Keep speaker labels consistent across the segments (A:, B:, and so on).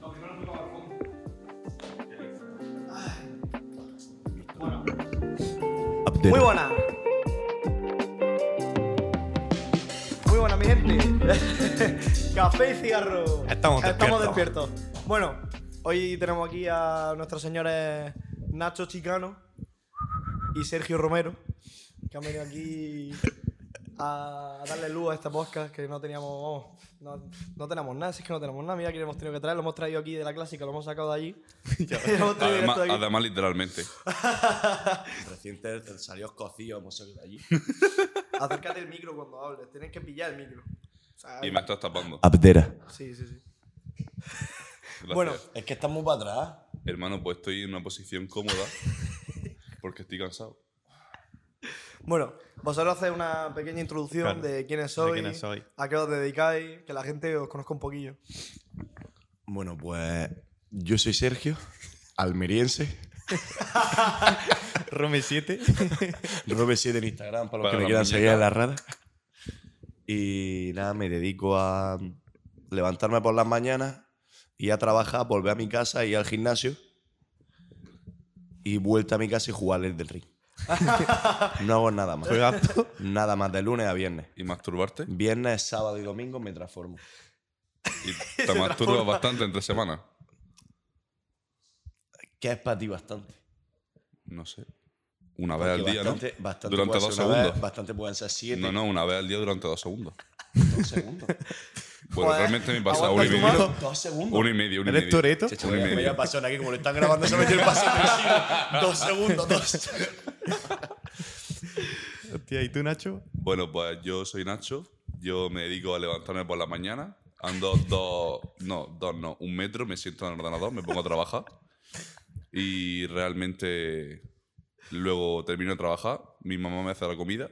A: Lo primero que va al fondo. Bueno,
B: Update.
C: Muy buena. Muy buena, mi gente. Café y cigarro.
B: Estamos despiertos.
C: Bueno, hoy tenemos aquí a nuestros señores Nacho Chicano y Sergio Romero, que han venido aquí a darle luz a este podcast que no teníamos, vamos, no, no tenemos nada, si es que no tenemos nada, mira que lo hemos tenido que traer, lo hemos traído aquí de la clásica, lo hemos sacado de allí.
B: Ya
C: Lo hemos traído
D: Además,
C: directo de aquí.
D: además, literalmente.
E: Reciente salió escocillo, hemos salido de allí.
C: Acércate el micro cuando hables, tienes que pillar el micro. O sea,
D: Y me estás tapando.
E: Ah.
B: Abdera.
C: Sí, sí, sí.
D: Gracias.
C: Bueno,
E: Es que estamos para atrás.
D: Hermano, pues estoy en una posición cómoda porque estoy cansado.
C: bueno, vosotros hacéis una pequeña introducción
B: Claro,
C: de quiénes sois,
B: quiénes sois.
C: a qué os dedicáis, que la gente os conozca un poquillo.
E: Bueno, pues yo soy Sergio, almeriense.
B: Rome 7.
E: Robe7 en Instagram para los
D: Para
E: que me
D: la
E: quieran
D: muñeca.
E: seguir en la rada. Y nada, me dedico a levantarme por las mañanas, ir a trabajar, volver a mi casa, ir al gimnasio. Y vuelta a mi casa y jugar al del Ring. no hago nada más. Nada más de lunes a viernes.
D: ¿Y masturbarte?
E: Viernes, sábado y domingo me transformo.
D: Y te masturbas bastante entre semanas.
E: ¿Qué es para ti bastante?
D: No sé. Una vez al
E: Porque
D: día,
E: bastante,
D: ¿no?
E: Bastante
D: durante
E: puede
D: dos
E: ser una vez,
D: segundos.
E: bastante pueden ser siete,
D: No, no, una vez al día durante dos segundos.
E: dos segundos.
D: Bueno,
C: Joder,
D: realmente me pasa
C: aguanta
D: una y
C: tu
D: media.
C: mano.
E: dos segundos.
D: Una y media, una y
B: ¿Eres
D: media.
B: Toreto?
E: Se
D: Una y
E: me
D: media.
E: pasado aquí, como lo están grabando, se metió el paso en el siglo. Dos segundos, dos.
B: Hostia, ¿y tú, Nacho?
D: Bueno, pues yo soy Nacho. Yo me dedico a levantarme por la mañana. Ando dos, no, dos no, un metro, me siento en el ordenador, me pongo a trabajar. Y realmente luego termino de trabajar, mi mamá me hace la comida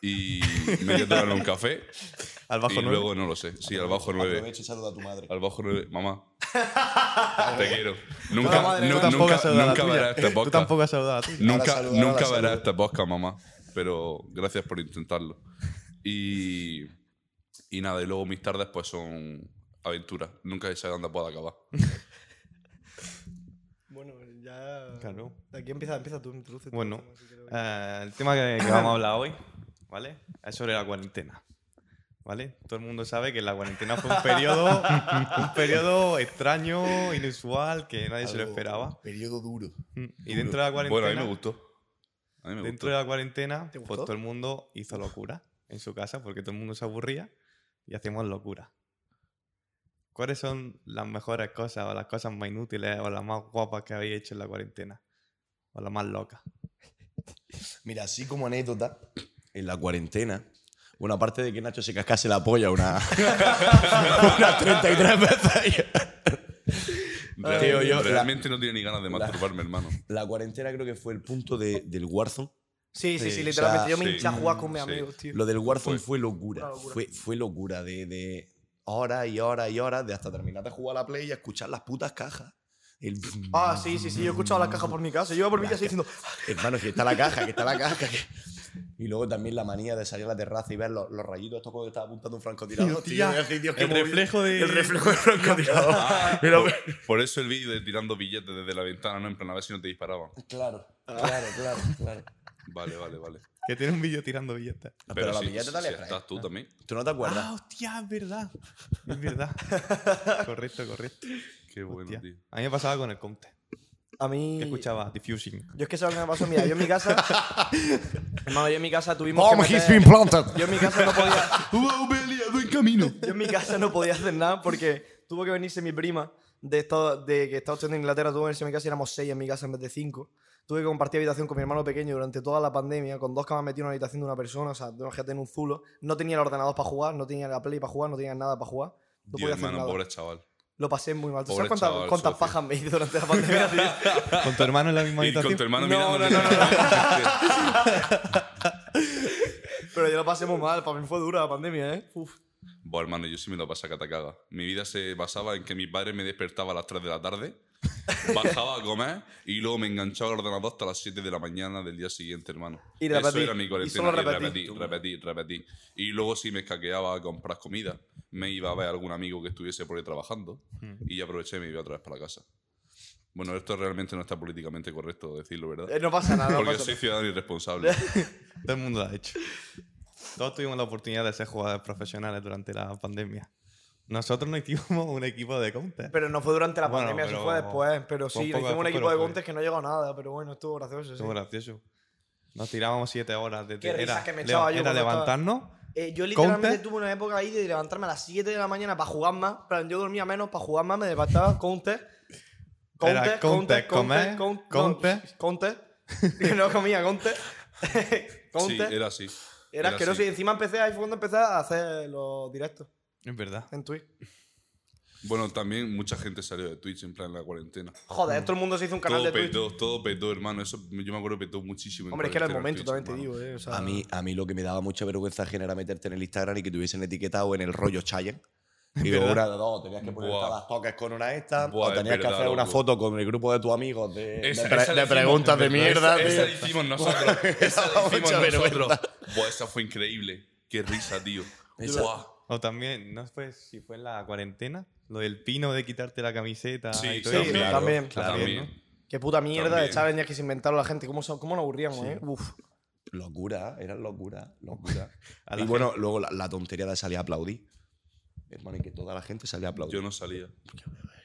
D: y me voy a tomar un café.
B: Al bajo
D: y
B: nueve.
D: luego no lo sé. Sí, al bajo nueve.
E: Aprovecho y saluda a tu madre.
D: Al bajo nueve. Mamá. Te quiero. Nunca,
C: No, madre,
D: nu-
B: Tú
C: no.
B: tampoco
D: nunca,
B: has saludado a
D: nunca
B: la
D: verás
B: tuya.
D: este
B: Tú
D: podcast.
B: tampoco has saludado a la tuya.
E: Ahora
D: Nunca,
E: saluda, ahora
D: nunca
E: saluda.
D: verás este podcast, mamá. Pero gracias por intentarlo. Y, y nada, y luego mis tardes pues son aventuras. Nunca se sabe dónde puedo acabar.
C: Bueno, ya.
B: Claro.
C: Aquí empieza, empieza tú, introduce. tú.
B: Bueno,
C: Así que-
B: eh, el tema que, que vamos a hablar hoy, ¿vale? Es sobre la cuarentena. ¿Vale? Todo el mundo sabe que la cuarentena fue un periodo, un periodo extraño, inusual, que nadie se lo esperaba.
E: Periodo duro.
B: Mm, Y dentro de la cuarentena,
D: Bueno, a mí me gustó. A mí me
B: dentro de
D: gustó.
B: la cuarentena,
C: ¿Te
B: pues
C: gustó?
B: todo el mundo hizo locura en su casa porque todo el mundo se aburría y hacíamos locura. ¿Cuáles son las mejores cosas o las cosas más inútiles o las más guapas que habéis hecho en la cuarentena? O las más locas.
E: Mira, así como anécdota, en la cuarentena, bueno, aparte de que Nacho se cascase la polla una, unas 33 veces.
D: Real-
E: Tío, yo-
D: realmente no tiene ni ganas de masturbarme, hermano.
E: La cuarentena creo que fue el punto de- del Warzone.
C: sí, sí, sí,
E: sí,
C: literalmente.
E: o sea,
C: yo me
D: sí.
C: hinché a jugar con mis
D: Sí.
C: amigos, tío.
E: Lo del Warzone
D: Fue-
E: fue, locura.
C: una locura.
E: Fue, fue locura de, de horas y horas y horas de hasta terminar de jugar a la play y escuchar las putas cajas. El
C: Ah, sí, sí, sí. Yo he escuchado las cajas por mi casa. Yo iba por mi
E: Las
C: casa diciendo.
E: Hermano, que está la caja, que está la caja. que- Y luego también la manía de salir a la terraza y ver los, los rayitos, esto como que estaba apuntando un francotirador. tío, y decir, Dios, qué
B: el
E: movida.
B: reflejo de. Ah, oh.
E: El reflejo del francotirador. Pero-
D: Por eso el vídeo de tirando billetes desde la ventana, ¿no? En plan, a ver si no te disparaban.
E: Claro, claro, claro, claro.
D: Vale, vale, vale.
B: Que tiene un vídeo tirando billetes.
E: Pero,
D: Pero,
E: la
D: si,
E: billeta
D: si-
E: dale
D: si
E: atrás.
D: estás tú también.
E: ¿Tú no te acuerdas?
B: Ah, hostia, es verdad. Es verdad. correcto, correcto.
D: Qué bueno,
B: Hostia.
D: tío.
B: A mí me pasaba con el Conte.
C: A mí.
B: Que escuchaba Diffusing.
C: Yo es que sabes lo que me pasó. Mira, yo en mi casa. hermano, yo en mi casa tuvimos.
E: Bomb,
C: que
E: he's
C: meter-
E: been planted.
C: Yo en mi casa no podía.
D: ¡Wow, me he liado en camino!
C: Yo en mi casa no podía hacer nada porque tuvo que venirse mi prima de, Estados- de que estaba estudiando en Inglaterra, tuvo que venirse a mi casa y éramos seis en mi casa en vez de cinco. Tuve que compartir habitación con mi hermano pequeño durante toda la pandemia, con dos camas metido en una habitación de una persona, o sea, de una gente en un zulo. No tenía el ordenador para jugar, no tenía la play para jugar, no tenía nada para jugar. No
D: Dios,
C: podía hacer
D: hermano,
C: nada.
D: pobre chaval.
C: Lo pasé muy mal. ¿Tú
D: pobre
C: sabes cuántas,
D: chaval,
C: cuántas
D: socio.
C: pajas me hice durante la pandemia? tío?
B: Con tu hermano en la misma
D: Y con
B: habitación.
D: tu hermano
C: No, no,
D: mirando.
C: no, Pero yo lo pasé muy mal, para mí fue dura la pandemia, ¿eh? Uf.
D: Buah, hermano, yo sí me lo pasaba que te cagas. Mi vida se basaba en que mi padre me despertaba a las 3 de la tarde Bajaba a comer y luego me enganchaba al ordenador hasta las 7 de la mañana del día siguiente, hermano.
C: Y
D: Eso
C: repetí,
D: era mi
C: y
D: cuarentena.
C: solo
D: Y repetí,
C: repetí.
D: repetí, repetí. Y luego sí me escaqueaba a comprar comida. Me iba a ver algún amigo que estuviese por ahí trabajando
C: Hmm.
D: y aproveché y me iba otra vez para la casa. Bueno, esto realmente no está políticamente correcto decirlo,
C: Eh,
D: ¿verdad?
C: No pasa nada, no
D: Porque
C: pasa
D: soy
C: nada.
D: ciudadano irresponsable.
B: Todo el mundo lo ha hecho. Todos tuvimos la oportunidad de ser jugadores profesionales durante la pandemia. Nosotros no hicimos un equipo de counter.
C: Pero no fue durante la
B: Bueno,
C: pandemia,
B: pero-
C: se fue después. Pero
B: fue un
C: sí,
B: poco
C: hicimos un
B: después,
C: equipo
B: pero
C: de
B: fue-
C: contes que no llegó a nada, pero bueno, estuvo gracioso. sí.
B: Estuvo gracioso. Nos tirábamos siete horas desde
C: Qué risa
B: era,
C: que me
B: leva-
C: echaba yo
B: era
C: cuando estaba-
B: levantarnos.
C: Eh, yo literalmente
B: ¿Counter?
C: tuve una época ahí de levantarme a las 7 de la mañana para jugar más. Pero yo dormía menos para jugar más, me despertaba counter.
B: Era counter, comer,
C: coun-
B: counter.
C: No, counter. no comía counter.
D: Sí,
C: counter. era,
D: era así.
C: asqueroso.
D: así.
C: Y encima empecé, ahí fue cuando empecé a hacer los directos
B: Es verdad.
C: en Twitch.
D: Bueno, también mucha gente salió de Twitch en plan en la cuarentena.
B: Mm.
C: Joder, todo el mundo se hizo un canal
D: Todo
C: de Twitch.
D: petó, todo petó, hermano. Eso yo me acuerdo que petó muchísimo. en
C: Hombre, es que era el
D: cuarentena
C: momento,
D: en
C: también te
D: Twitch,
C: digo. Eh, o sea,
E: A mí, a mí lo que me daba mucha vergüenza ajena era meterte en el Instagram y que te hubiesen etiquetado en el rollo challenge. Y luego
B: verdad.
E: una de dos, tenías que
D: Buah.
E: poner las toques con una esta,
D: Buah,
E: o
D: es
E: tenías que
D: verdad,
E: hacer una
D: loco.
E: foto con el grupo de tus amigos de,
D: hermano.
E: de pre-
D: la
E: de
D: hicimos,
E: preguntas de
D: esa-
E: mierda.
D: Esa,
E: tío.
D: la hicimos nosotros. Esa la
E: daba
D: hicimos
E: mucha
D: nosotros.
E: vergüenza.
D: Buah, esa fue increíble. Qué risa, tío.
E: Esa-
D: Buah.
B: O también, no fue si fue en la cuarentena, lo del pino de quitarte la camiseta.
D: Sí,
B: y todo
D: sí,
B: eso.
C: claro, también, claro.
D: también.
C: Qué puta mierda de
D: También.
C: challenges que se inventaron la gente. ¿Cómo, son- cómo nos aburríamos, eh? Uf.
E: Locura, era locura, locura.
B: A la
E: y bueno, luego la, la tontería de salir a aplaudir. Hermano, y que toda la gente salía a aplaudir.
D: Yo no salía.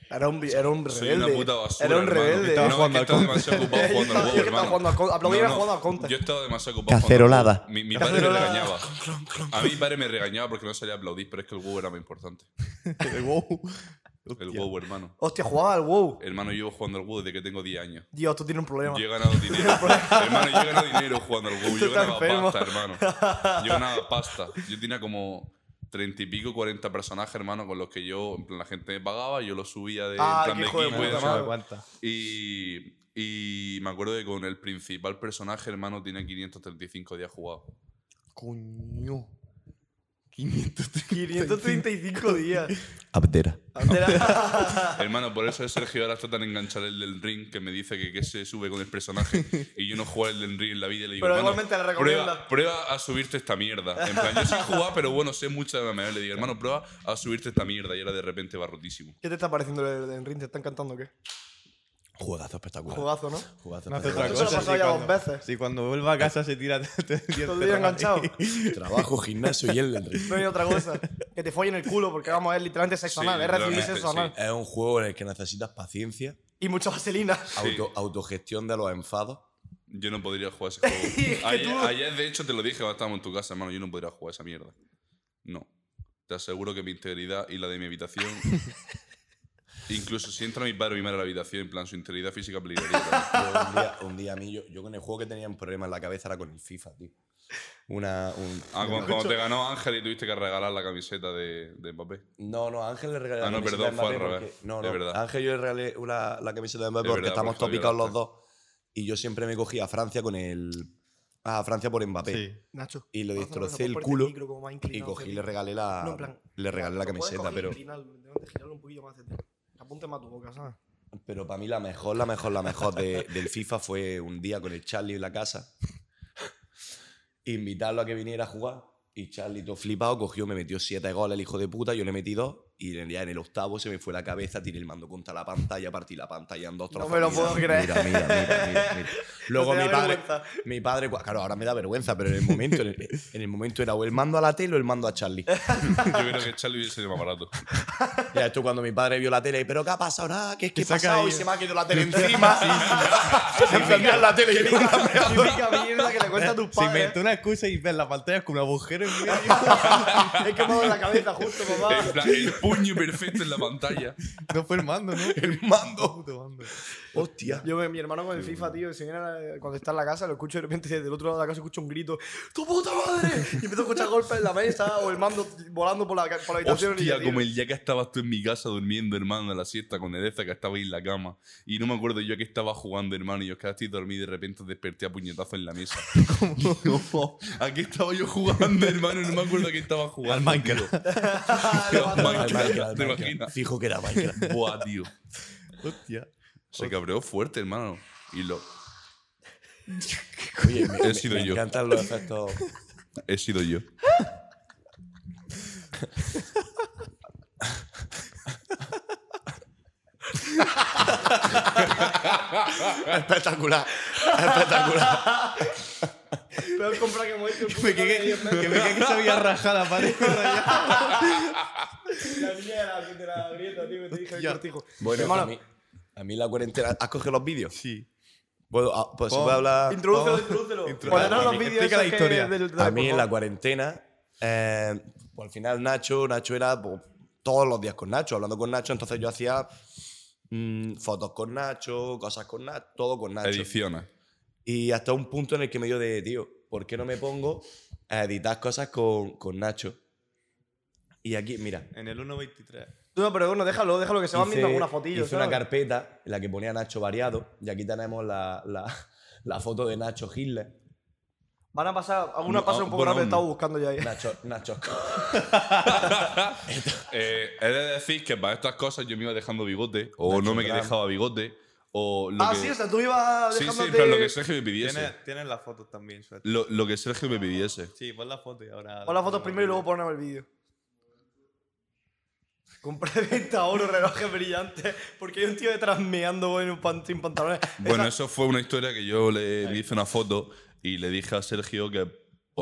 C: Era un, era un
D: Soy una
C: rebelde.
D: puta basura.
C: era un
D: hermano.
C: rebelde.
D: No,
B: Estaba
D: es que
B: jugando al
D: estaba
B: Counter.
D: demasiado ocupado
C: Yo
D: jugando al
C: estaba-
D: WoW,
C: yo estaba jugando
D: hermano.
C: al Counter. Aplaudí era jugando al Counter.
D: Yo estaba demasiado ocupado. jugando
E: Cacerolada.
D: al WoW. Mi, mi padre me
C: Cacerolada.
D: regañaba. A mí mi padre me regañaba porque no salía a aplaudir, pero es que el WoW era más importante.
B: El wow.
D: El
B: Hostia.
D: WoW, hermano.
C: Hostia, jugaba al WoW.
D: Hermano, llevo jugando al WoW desde que tengo 10 años.
C: Dios, tú tienes un problema.
D: Yo he ganado dinero. hermano, yo he ganado dinero jugando al WoW. Yo
C: Tú estás
D: ganaba
C: enfermo.
D: pasta, hermano. Yo ganaba pasta. Yo tenía como treinta y pico, 40 personajes, hermano, con los que yo, en plan, la gente me pagaba, yo los subía de, en
C: Ah,
D: plan
C: qué
D: de
C: hijo de
D: equipo y
C: puta
D: demás.
C: madre.
B: aguanta.
D: Y, y me acuerdo que con el principal personaje, hermano, tenía 535 días jugados.
B: Coño. 530.
C: 535 días.
E: Abdera.
D: hermano, por eso el Sergio ahora está tan enganchado el del ring que me dice que, que se sube con el personaje y yo no juego el del ring en la vida y le digo,
C: Pero
D: "Hermano,
C: igualmente le recomienda".
D: prueba, prueba a subirte esta mierda. En plan, yo sí jugar, pero bueno, sé mucho de MMA. Le digo, hermano, prueba a subirte esta mierda y era de repente va rotísimo.
C: ¿Qué te está pareciendo el el ring? ¿Te están cantando qué?
E: Juegazo espectacular.
C: Jugazo, ¿no?
E: Jugazo
B: No hace
E: espectacular.
C: Eso
B: otra cosa.
C: lo he pasado
B: sí,
C: ya
B: cuando-
C: dos veces.
B: Sí, cuando vuelva a casa se tira todo el día
C: Todo el día
B: encerrado
C: enganchado.
B: ahí.
E: Trabajo, gimnasio y el Enrique.
C: No hay otra cosa. Que te follen el culo, porque vamos, es literalmente sexo
D: Sí,
C: anal. Es recibir
D: realmente,
C: sexo anal.
E: Es un juego en el que necesitas paciencia,
C: Y mucha vaselina.
E: auto- autogestión de los enfados.
D: Yo no podría jugar ese juego. ayer, ayer, de hecho, te lo dije cuando estábamos en tu casa, hermano. Yo no podría jugar esa mierda. No. Te aseguro que mi integridad y la de mi habitación. incluso si entra mi padre o mi madre a la habitación, en plan, su integridad física peligraría también.
E: Yo un, día, un día a mí, yo, yo con el juego que tenía un problema en la cabeza era con el FIFA, tío. Una, un-
D: Ah, cuando, cuando te ganó Ángel y tuviste que regalar la camiseta de, de Mbappé.
E: No, no, Ángel le regalé
D: Ah, no,
E: la camiseta
D: perdón,
E: de
D: fue al
E: Mbappé
D: revés.
E: porque- No,
D: Es
E: no,
D: verdad.
E: Ángel yo le regalé una- la camiseta de Mbappé
D: Es
E: porque
D: verdad,
E: estamos
D: porque lo
E: topicados los
D: violaste.
E: dos. Y yo siempre me cogí a Francia con el. A Francia por Mbappé.
B: Sí.
C: Nacho.
E: Y le
C: haz una cosa,
E: destrocé el
C: ponerte
E: culo
C: este micro como más
E: Y
C: inclinado,
E: cogí y
C: Felipe.
E: le regalé la.
C: No, en plan,
E: le regalé la
C: Lo puedes
E: camiseta,
C: coger
E: pero.
C: inclinado, tengo que girarlo un poquillo más hacia ti. Apunte más tu boca, ¿sabes?
E: Pero para mí la mejor, la mejor, la mejor de- del FIFA fue un día con el Charlie en la casa. Invitarlo a que viniera a jugar. Y Charlie, todo flipado, cogió, me metió siete goles el hijo de puta, yo le metí dos. Y en- ya en el octavo se me fue la cabeza, tiré el mando contra la pantalla, partí la pantalla en dos
C: No
E: trozos.
C: me lo
E: Mira,
C: puedo
E: mira,
C: creer.
E: Mira, mira, mira, mira, mira. Luego
C: te da
E: mi padre,
C: vergüenza.
E: mi padre, cua- claro, ahora me da vergüenza, pero en el momento, en el, en el momento era o el mando a la tele o el mando a Charlie.
D: Yo creo que Charlie hubiese sido más barato.
E: Ya esto cuando mi padre vio la tele, pero ¿qué ha pasado? Nada, ¿qué es que
B: Que
E: ha
B: se ha
E: pasado? Y
B: caído.
E: se me ha quedado la tele encima. Encendía la tele y yo, "Una mierda".
C: Típica mierda que le cuenta a tus
B: Se
C: padres.
B: inventó una excusa y ves la pantalla con un agujero en medio.
C: Es que me duele la cabeza justo, papá.
D: En plan, el puño perfecto en la pantalla.
B: No fue el mando, ¿no?
E: El mando.
B: Puto mando.
E: Hostia.
C: Yo, mi- mi hermano con el FIFA, tío, se viene a- cuando está en la casa, lo escucho de repente desde el otro lado de la casa, escucho un grito, ¡Tu puta madre! Y empiezo a escuchar golpes en la mesa o el mando volando por la, ca- por la habitación. y yo,
D: Hostia,
C: tío,
D: como el día que estabas tú en mi casa durmiendo, hermano, en la siesta con Edeza, que estaba ahí en la cama. Y no me acuerdo yo que estaba jugando, hermano, y yo quedaste y dormí y de repente desperté a puñetazo en la mesa. ¿A qué estaba yo jugando, hermano? No me acuerdo a qué estaba jugando.
B: Al Minecraft.
D: tío.
E: Al Minecraft,
D: Minecraft,
E: al
D: ¿Te
E: Minecraft.
D: imaginas?
E: Fijo que era Minecraft.
D: Buah, tío.
B: Hostia.
D: Se cabreó fuerte, hermano. Y lo.
E: Oye, me,
D: He
E: me-
D: sido
E: me
D: yo.
E: encantan los efectos.
D: He sido yo.
E: Espectacular.
C: Peor compra que hemos hecho.
B: Me quedé que, me quedé que se había rajado la pared.
C: La niña de la, de la grieta, tío, que te dije el
B: Ya.
C: cortijo.
E: Bueno,
C: Hermano,
E: a mí, a mí la cuarentena. ¿Has cogido los vídeos?
B: Sí.
E: Bueno, ah, pues se
B: Pon-
E: puede hablar.
C: Introdúcelo, introdúcelo.
B: Intro-
C: Ponernos los
B: Explica
C: vídeos.
B: la
C: esos que
B: historia.
C: del- del-
E: A mí
C: por
E: en la
C: favor.
E: cuarentena, eh, pues, al final Nacho, Nacho era pues, todos los días con Nacho, hablando con Nacho, entonces yo hacía mm, fotos con Nacho, cosas con Nacho, todo con Nacho.
D: Ediciona.
E: Y hasta un punto en el que me dio de, tío, ¿por qué no me pongo a editar cosas con, con Nacho? Y aquí, mira,
B: En el 1.23.
C: No, pero bueno, déjalo, déjalo, que se van
E: hice-
C: viendo alguna fotillo.
E: hice una
C: ¿sabes?
E: carpeta en la que ponía Nacho variado y aquí tenemos la, la- la foto de Nacho Hitler.
C: Van a pasar, alguna
D: No,
C: pasa un poco
D: bueno,
C: rápido,
D: aún.
C: estaba buscando ya ahí.
E: Nacho, Nacho.
D: Eh, he de decir que para estas cosas yo me iba dejando bigote, o no me
E: Graham.
D: dejaba bigote, o lo
C: Ah,
D: que.
C: sí, o sea, tú ibas
D: sí, sí,
C: dejándote...
D: pero lo que Sergio me pidiese.
B: Tienes, tienes las fotos también, suerte.
D: Lo, lo que Sergio me pidiese.
B: Sí, pon la foto y ahora.
C: Pon las fotos primero y luego ponemos el vídeo. Compré venta oro, relojes brillantes, porque hay un tío detrás meando en un pan- sin pantalones.
D: Bueno,
C: Esa-
D: eso fue una historia que yo le le hice una foto y le dije a Sergio que pues,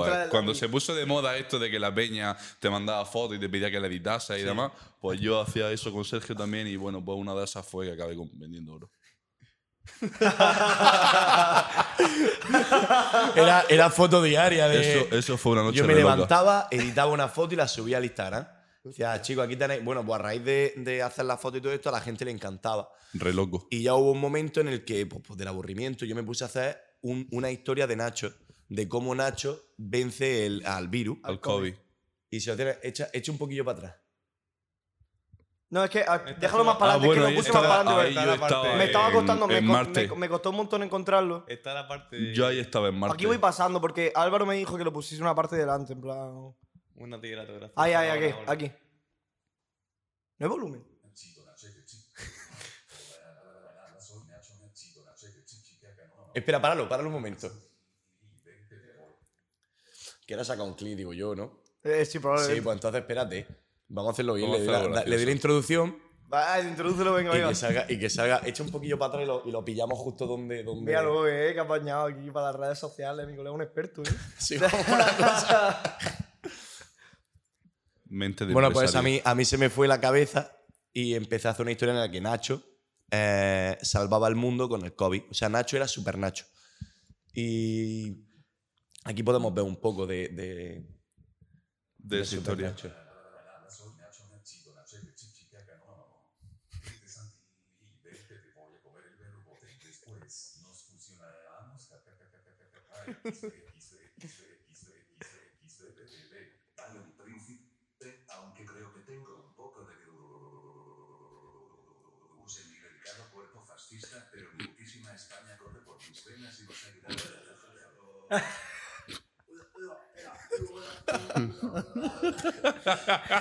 C: Otra de la-
D: cuando se puso de moda esto de que la peña te mandaba fotos y te pedía que la editase y demás, pues yo hacía eso con Sergio también y bueno, pues una de esas fue que acabé con- vendiendo oro.
E: Era, era foto diaria
C: Eh,
E: de...
D: Eso, eso fue una noche
E: Yo me
D: re loca.
E: levantaba, editaba una foto y la subía al Instagram. Decía, "Ah, chicos, aquí tenéis. Bueno, pues a raíz de, de hacer la foto y todo esto, a la gente le encantaba.
D: Re loco.
E: Y ya hubo un momento en el que, pues, pues, del aburrimiento, yo me puse a hacer un- una historia de Nacho, de cómo Nacho vence el, al virus.
D: Al COVID.
E: Y se lo tiene echa, echa un poquillo para atrás.
C: No, es que ah,
B: Esta
C: déjalo
B: es la-
C: más para
D: Ah,
C: adelante,
D: bueno,
C: que
D: ahí
C: lo puse
B: esta
C: más
B: era-
C: para
D: estaba,
C: adelante.
D: ahí yo
B: ¿verdad?
D: estaba
B: eh,
C: me estaba costando,
D: en,
C: me,
D: en
C: co-
D: Marte.
C: me- me costó un montón encontrarlo.
B: Está la parte. de-
D: Yo ahí estaba en Marte.
C: Aquí voy pasando, porque Álvaro me dijo que lo pusiese una parte delante, en plan...
B: Una tigrata.
C: Ahí, ahí, aquí, aquí. ¿No hay volumen?
E: Espera, páralo, páralo un momento. Que era sacar un clip, digo yo, ¿no?
C: Eh, sí, probablemente.
E: Sí, pues entonces espérate. Vamos a hacerlo bien.
D: Vamos
E: Le
D: a
E: di
D: hacerlo
E: la- le di la
D: gracioso.
E: introducción.
C: Va, eh, introdúcelo, venga,
E: Y
C: venga.
E: que, salga, y que salga, echa un poquillo para atrás y lo, y lo pillamos justo donde. donde
C: Mira luego, eh, que ha apañado aquí para las redes sociales, mi colega es un experto, eh.
E: Sí, vamos a la cosa.
D: Mente de
E: bueno, pues a
D: empresario.
E: mí, a mí se me fue la cabeza y empecé a hacer una historia en la que Nacho eh, salvaba al mundo con el COVID. O sea, Nacho era super Nacho. Y aquí podemos ver un poco de. de,
D: De esa
E: Super
D: historia.
E: Nacho.
F: aunque creo que tengo un poco de virus en mi delicado cuerpo fascista, pero mi putísima España corre por mis venas y los seguidores de la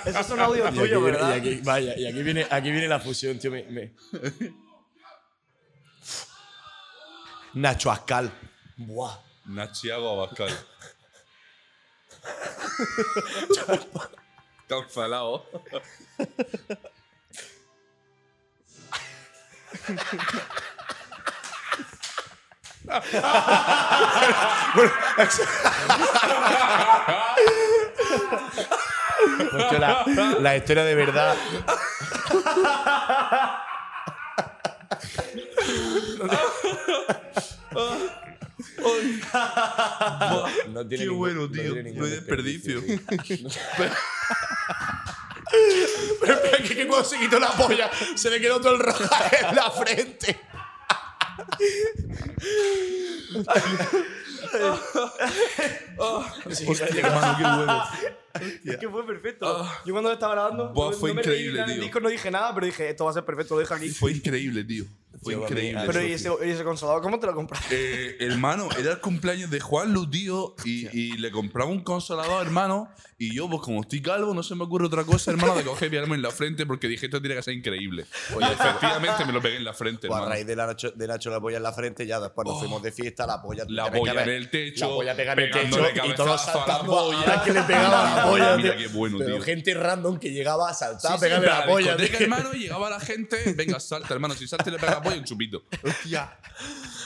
C: Eso es un audio
E: Y aquí
C: tuyo,
E: viene-
C: ¿verdad?
E: y aquí- vaya, y aquí viene, aquí viene la fusión, tío. me- me- Nacho Ascal. Buah.
D: Nachiago Abascal. Cancelado.
E: Coño, la, la historia de verdad. No tiene
D: Qué
E: ningún-
D: bueno,
E: no
D: tío.
E: tiene
D: No
E: ningún
D: hay desperdicio.
E: Pero es que cuando se quitó la polla, se le quedó todo el roja en la frente.
C: Es que fue perfecto. Yo cuando lo estaba grabando,
D: Buah,
C: no-
D: fue
C: no me
D: increíble,
C: reí, en el
D: tío.
C: disco no dije nada, pero dije, esto va a ser perfecto, lo dejo aquí.
D: Fue increíble, tío. Fue
E: Yo, a mí,
D: increíble.
E: a-
C: Pero ¿y ese, y ese consolador cómo te lo compraste?
D: Eh, hermano, era el cumpleaños de Juan Lutío y, y le compraba un consolador, hermano. Y yo, pues como estoy calvo, no se me ocurre otra cosa, hermano, de coger y pegarme en la frente porque dije, esto tiene que ser increíble. Oye, efectivamente me lo pegué en la frente,
E: Pues a
D: hermano.
E: raíz de, la Nacho, de Nacho la polla en la frente, ya después nos fuimos de fiesta, la polla...
D: Oh. La
E: tenés que
D: polla en
E: ver,
D: el techo,
E: La polla pega en el
D: pegándole
E: techo y todos
D: cabezazo a la
E: saltando a
D: polla.
E: la que le pegaba la polla.
D: Mira
E: tío.
D: qué bueno,
E: Pero
D: tío.
E: gente random que llegaba a saltar,
D: Sí,
E: a
D: sí,
E: pegarle
D: pero a
E: la polla.
D: discoteca,
E: tío.
D: hermano, llegaba la gente. Venga, salta, hermano. Si salta y le pega la polla, un chupito.
E: Hostia.